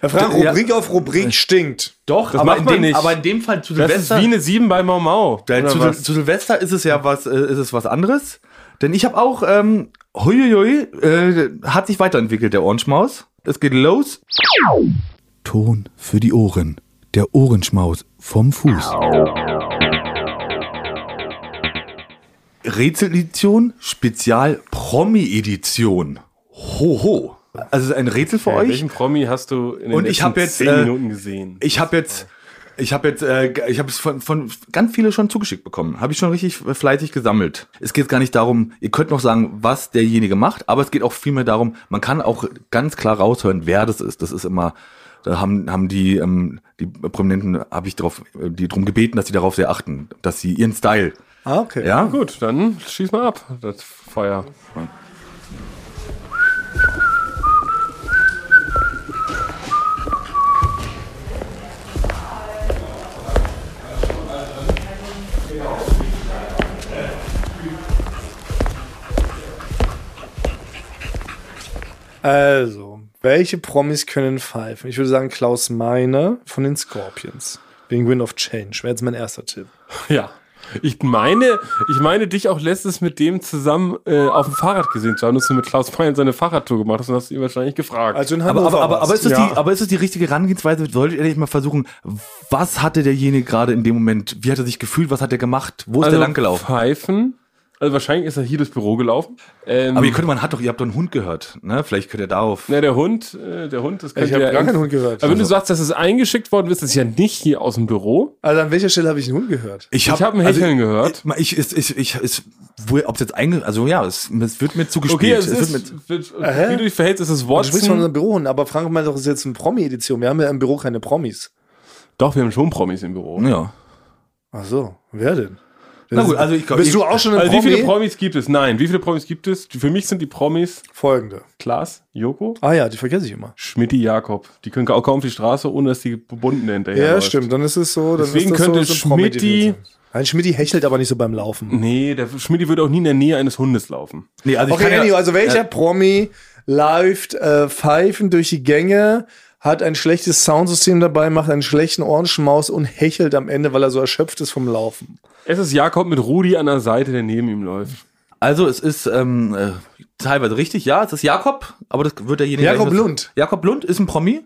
Herr Äh, Frank,
Ja.
Rubrik auf Rubrik stinkt.
Doch,
Das
aber
macht
in,
man
dem,
nicht.
aber in dem Fall zu
Das
Silvester.
ist wie eine 7 bei Mau Mau.
Denn
Oder
zu,
was?
zu Silvester ist es ja was, äh, ist es was anderes. Denn ich habe auch, ähm, huiuiui, äh, hat sich weiterentwickelt, der Ohrenschmaus. Es geht los. Ton für die Ohren. Der Ohrenschmaus vom Fuß. Rätseledition, Spezial Promi-Edition. Hoho. Also es ist ein Rätsel für euch.
Äh, Welchen Promi hast du in den
Und ich
letzten
hab jetzt,
10
äh,
Minuten gesehen?
Ich habe jetzt, ich habe jetzt, äh, ich habe es von, von ganz viele schon zugeschickt bekommen. Habe ich schon richtig fleißig gesammelt. Es geht gar nicht darum, ihr könnt noch sagen, was derjenige macht, aber es geht auch vielmehr darum, man kann auch ganz klar raushören, wer das ist. Das ist immer, da haben, haben die, ähm, die Prominenten, habe ich drauf, äh, die drum gebeten, dass sie darauf sehr achten, dass sie ihren Style,
Ah, okay.
ja,
Gut, dann schieß mal ab, das Feuer.
Also, welche Promis können pfeifen? Ich würde sagen, Klaus Meiner von den Scorpions. Wegen Wind of Change. Wäre jetzt mein erster Tipp.
Ja. Ich meine, ich meine, dich auch letztes mit dem zusammen äh, auf dem Fahrrad gesehen zu haben, dass du mit Klaus Mayen seine Fahrradtour gemacht hast und hast ihn wahrscheinlich gefragt.
Also in
Aber,
Hannover.
aber, aber, aber, ist das
war's.
Ja.
die, aber ist das die richtige Herangehensweise? Solltet ihr nicht mal versuchen, was hatte derjenige gerade in dem Moment? Wie hat er sich gefühlt? Was hat er gemacht? Wo ist
also
er langgelaufen?
Pfeifen. Also wahrscheinlich ist er hier durchs Büro gelaufen. Ähm,
Aber ihr könnt, man hat doch, ihr habt doch einen Hund gehört, ne? Vielleicht könnt ihr darauf.
na, der Hund, äh, der Hund, das könnte
ich habe
ja
gar
eng-
keinen Hund Also- gehört.
Aber wenn du sagst, dass es eingeschickt worden ist, das ist ja nicht hier aus dem Büro.
also an welcher Stelle habe ich einen Hund gehört?
Ich habe hab ein
also,
Hecheln gehört.
Ich, ich, ich, ich, ich ob es jetzt einge, also ja, es, es wird mir zugespielt.
Okay, es
wird
ist,
mit,
wird,
Aha.
wie du dich verhältst, ist es
Du Also sprichst von
Watson.
unserem Büro, aber Frank meint doch, es ist jetzt eine Promi-Edition. Wir haben ja im Büro keine Promis.
Doch, wir haben schon Promis im Büro.
ja.
Ach so, wer denn?
Na gut, also ich glaub,
Bist
ich-
du auch schon ein
Also wie
Promi?
viele Promis gibt es? Nein, wie viele Promis gibt es? Für mich sind die Promis
Folgende.
Klaas, Joko,
Ah ja, die vergesse ich immer.
Schmidti, Jakob. Die können auch kaum auf die Straße, ohne dass die Bunten hinterher
Ja, stimmt, dann ist es so. Dann
Deswegen
ist das
könnte
so, so eine
Schmidti-
Promi-Edition. Nein, Schmidti hechelt aber nicht so beim Laufen.
Nee, der Schmidti würde auch nie in der Nähe eines Hundes laufen.
Nee, also
Okay,
ich kann
Anyway,
ja,
also welcher Promi läuft äh, pfeifen durch die Gänge, hat ein schlechtes Soundsystem dabei, macht einen schlechten Ohrenschmaus und hechelt am Ende, weil er so erschöpft ist vom Laufen.
Es ist Jakob mit Rudi an der Seite, der neben ihm läuft.
also es ist ähm, äh, teilweise richtig, ja, es ist Jakob, aber das wird derjenige.
Jakob
gleich-
Lund.
Jakob Lund ist ein Promi.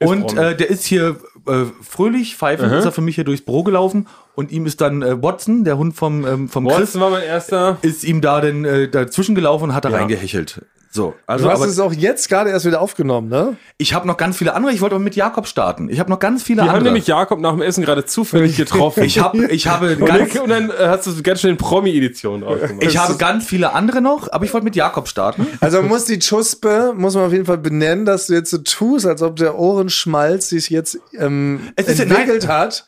und
Promi.
Äh, der ist hier äh, fröhlich, pfeifend, ist er für mich hier durchs Büro gelaufen und ihm ist dann äh, Watson, der Hund vom, ähm, vom Chris,
Watson war mein erster.
ist ihm da denn äh, dazwischen gelaufen und hat da
Ja.
reingehechelt. So, also
Du hast
aber-
es auch jetzt gerade erst wieder aufgenommen, ne?
Ich habe noch ganz viele andere. Ich wollte auch mit Jakob starten. Ich habe noch ganz viele
Die haben
andere.
nämlich Jakob nach dem Essen gerade zufällig getroffen.
ich habe ich
<laughs>
habe
und,
ganz,
dann, und dann äh, hast du ganz schnell Promi-Edition drauf gemacht.
ich habe ganz viele andere noch, aber ich wollte mit Jakob starten.
Also man muss die Chuspe, muss man auf jeden Fall benennen, dass du jetzt so tust, als ob der Ohrenschmalz sich jetzt ähm,
Es ist ja-
entwickelt hat.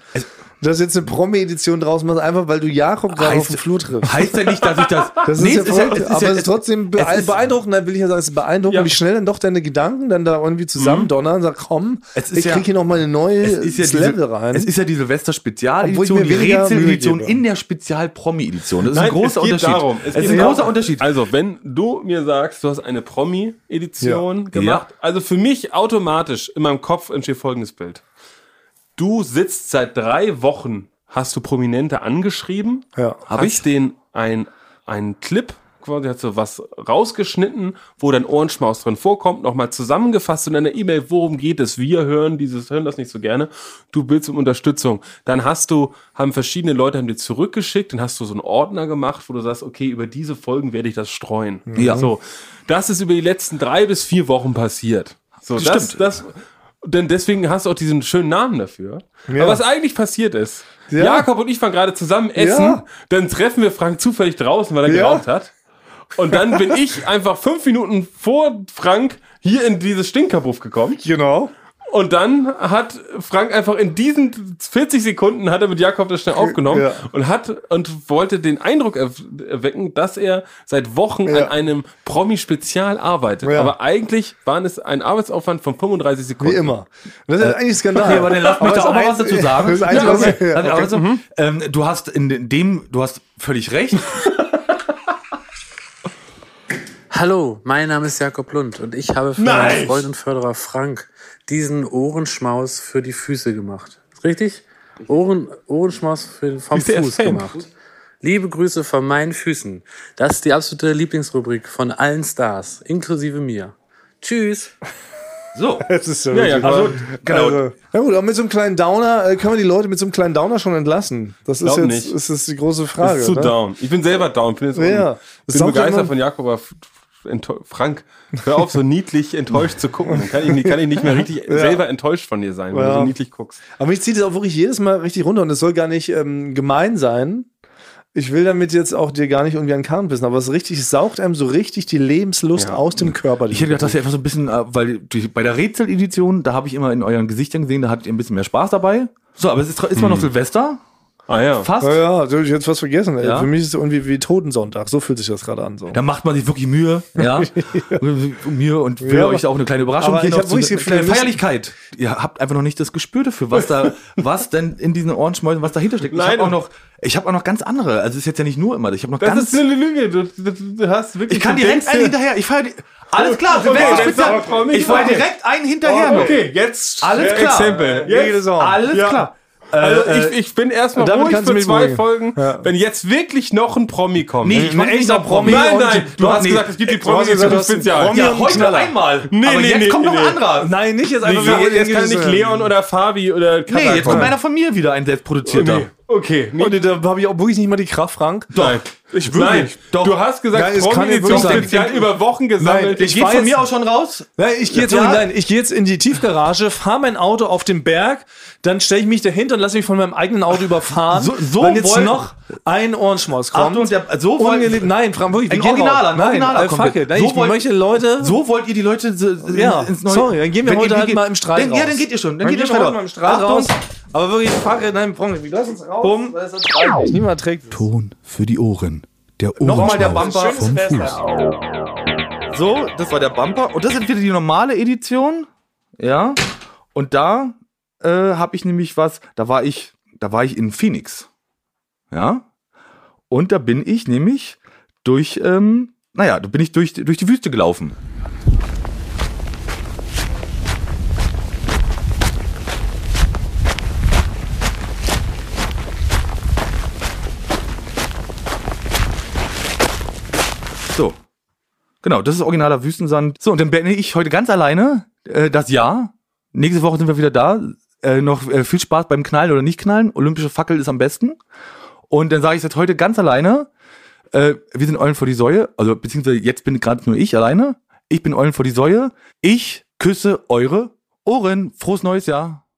dass jetzt eine Promi-Edition draus machst, einfach weil du Jakob gerade auf
Heißt-
den Flur triffst.
Heißt ja nicht, dass ich das.
Das
Nee,
ist ja
es ist ja-
verrückt,
es ist
aber
ja-
es ist trotzdem bee
es ist-
beeindruckend, da will ich ja Mhm. sagen, es ist beeindruckend,
Ja.
wie schnell dann doch deine Gedanken dann da irgendwie zusammendonnern und sag, komm,
Es ist
ich
ja-
krieg hier nochmal eine neue
Es ist ja
ins
diese,
Level rein.
Es ist ja die
Obwohl ich mir
Silvester-Spezialedition, die
weniger Mühe
Rätsel-Edition
gebe.
in der Spezial-Promi-Edition. Das ist ein
Nein,
großer
es geht
Unterschied.
Darum.
es ist ein großer Unterschied.
Also, wenn du mir sagst, du hast eine Promi-Edition
Ja.
gemacht,
Ja.
also für mich automatisch in meinem Kopf entsteht folgendes Bild. Du sitzt seit drei Wochen, hast du Prominente angeschrieben,
ja.
hast denen ein, einen Clip, quasi hast du was rausgeschnitten, wo dein Ohrenschmaus drin vorkommt, nochmal zusammengefasst in einer E-Mail, worum geht es? Wir hören dieses, hören das nicht so gerne. Du willst um Unterstützung. Dann hast du, haben verschiedene Leute haben dir zurückgeschickt, dann hast du so einen Ordner gemacht, wo du sagst, okay, über diese Folgen werde ich das streuen.
Mhm.
Ja.
So. Das ist über die letzten drei bis vier Wochen passiert. So,
Das
das,
stimmt.
das, denn deswegen hast du auch diesen schönen Namen dafür.
Ja.
Aber was eigentlich passiert ist,
Ja.
Jakob und ich waren gerade zusammen essen,
Ja.
dann treffen wir Frank zufällig draußen, weil er
Ja.
geraucht hat. Und dann
<laughs>
bin ich einfach fünf Minuten vor Frank hier in dieses Stinkerbuff gekommen.
Genau.
Und dann hat Frank einfach in diesen 40 Sekunden hat er mit Jakob das schnell aufgenommen
Ja.
und hat und wollte den Eindruck erw- erwecken, dass er seit Wochen
Ja.
an einem Promi-Spezial arbeitet.
Ja.
Aber eigentlich waren es ein Arbeitsaufwand von 35 Sekunden.
Wie immer. Das ist eigentlich ein <laughs> Skandal.
Okay, aber dann lass mich
Äh,
da
Aber das
auch mal was dazu
Einzige- <laughs>
sagen.
Das Einzige,
Ja,
was
okay.
ja, okay.
also, ähm, du hast in dem, du hast völlig recht.
Hallo, mein Name ist Jakob Lund und ich habe für meinen Freund und Förderer Frank diesen Ohrenschmaus für die Füße gemacht. Ist Richtig? Ohren, Ohrenschmaus für, vom Fuß gemacht. Liebe Grüße von meinen Füßen. Das ist die absolute Lieblingsrubrik von allen Stars, inklusive mir. Tschüss.
<laughs>
So.
Das ist ja, ja,
Also, genau.
Na gut, aber mit so einem kleinen Downer, äh, kann man die Leute mit so einem kleinen Downer schon entlassen? Das ist
Glaub
jetzt
nicht.
Ist das die große Frage.
ist zu
ne?
down. Ich bin selber down. Bin, jetzt
Ja.
bin
Saugt
begeistert
jemand-
von Jakob, aber f- enttäu- Frank, hör auf, so niedlich enttäuscht zu gucken. Dann kann ich, nicht- kann ich nicht mehr richtig selber enttäuscht von dir sein, wenn du
Ja.
so niedlich guckst.
Aber mich zieht es auch wirklich jedes Mal richtig runter und es soll gar nicht ähm, gemein sein. Ich will damit jetzt auch dir gar nicht irgendwie an den Karren pissen, aber es ist richtig, es saugt einem so richtig die Lebenslust aus dem Körper.
Ich hätte gedacht, dass ihr einfach so ein bisschen, äh, weil die, bei der Rätsel-Edition, da habe ich immer in euren Gesichtern gesehen, da hattet ihr ein bisschen mehr Spaß dabei. So, aber es ist, tro- ist immer noch Silvester,
Ah ja.
fast.
ja, ja, du, ich hätte was vergessen. Ey.
Ja. Genau.
Für mich ist es irgendwie wie Totensonntag. So fühlt sich das gerade an. So.
Da macht man sich wirklich Mühe, ja. Mühe und will
Ja, aber-
euch auch eine kleine Überraschung
aber ich
noch
hab
zu-
wirklich das
eine
Gefühl,
kleine
wir müssen-
Feierlichkeit. Ihr habt einfach noch nicht das Gespür dafür, was da, was denn in diesen Ohrenschmäusen, was dahinter steckt.
Nein,
ich habe auch
und-
noch, ich habe auch noch ganz andere. Also es ist jetzt ja nicht nur immer, das. ich habe noch
Das
ganz.
ist eine Lüge. Du, du, du hast wirklich.
ich kann
du
direkt
denkst
einen
dir-
hinterher. Ich feier die, alles klar,
Okay,
Silvester
jetzt
Spezial.
aber Frau Mick,
Ich feier
okay.
direkt einen hinterher. noch.
Okay, jetzt.
Alles klar.
Exempel. Jetzt.
Alles
Ja.
klar.
Also
Äh,
ich, ich bin erstmal
damit
ruhig
kannst du
für
mich
zwei
beruhigen.
Folgen, wenn jetzt wirklich noch ein Promi kommt.
Nee, ich mach nicht noch Promi
Nein,
und-
nein, du hast
nee.
gesagt, es gibt die Promis,
hast gesagt,
du
du hast einen
bist ja.
Promi
Ja, heute
Knaller.
einmal.
Nee,
Aber
nee,
jetzt
nee,
kommt noch
nee.
ein anderer.
Nein, nicht jetzt einfach.
Nee, jetzt kann nicht
so-
Leon oder Fabi oder Kata
Nee, jetzt kommt
kommen.
einer von mir wieder, ein selbstproduzierter.
Nee, Okay, nee.
Und da habe ich auch wirklich nicht mal die Kraft, Frank.
Nein. Ich würde
Nein,
nicht.
doch.
Du hast gesagt,
Nein, es kann
Promi
nicht wirklich
ist
sein.
speziell über Wochen gesammelt.
Nein,
Ich
Ich
gehe
weiß-
von mir auch schon raus.
Nein, ich gehe jetzt,
Ja.
nein, ich geh jetzt in die Tiefgarage, fahre mein Auto auf den Berg, dann stelle ich mich dahinter und lasse mich von meinem eigenen Auto überfahren,
So- so
weil jetzt
wollen-
noch ein Ohrenschmaus kommt.
Achtung, der- so wollen-
Ungelebt, nein, Frank, wirklich,
Ein
wir gehen
Originaler,
raus.
ein
nein,
Originaler
äh,
kommt
fuck
mit.
it, nein,
So
ich
wollt-
möchte Leute,
So wollt ihr die Leute so- so-
Ja, sorry, dann gehen wir heute
ihr-
halt mal im Streit
dann,
raus.
Ja, dann geht ihr schon. Dann,
Dann
geht ihr
gehen wir heute mal
schon.
im Strahl
Achtung,
raus. Aber wirklich, fuck it, nein, Frank, lass uns raus, Bumm. weil es sonst eigentlich niemand trägt.
Ton für die Ohren. Der
Nochmal der Bumper.
vom Fuß. So, das war der Bumper. Und das ist wieder die normale Edition. Ja. Und da äh, habe ich nämlich was. Da war ich, da war ich in Phoenix. Ja. Und da bin ich nämlich durch, ähm, naja, da bin ich durch, durch die Wüste gelaufen. So. Genau, das ist originaler Wüstensand. So, und dann beende ich heute ganz alleine äh, das Jahr. Nächste Woche sind wir wieder da. Äh, noch äh, viel Spaß beim Knallen oder nicht knallen. Olympische Fackel ist am besten. Und dann sage ich jetzt heute ganz alleine. Äh, wir sind Eulen vor die Säue. Also, beziehungsweise jetzt bin gerade nur ich alleine. Ich bin Eulen vor die Säue. Ich küsse eure Ohren. Frohes neues Jahr.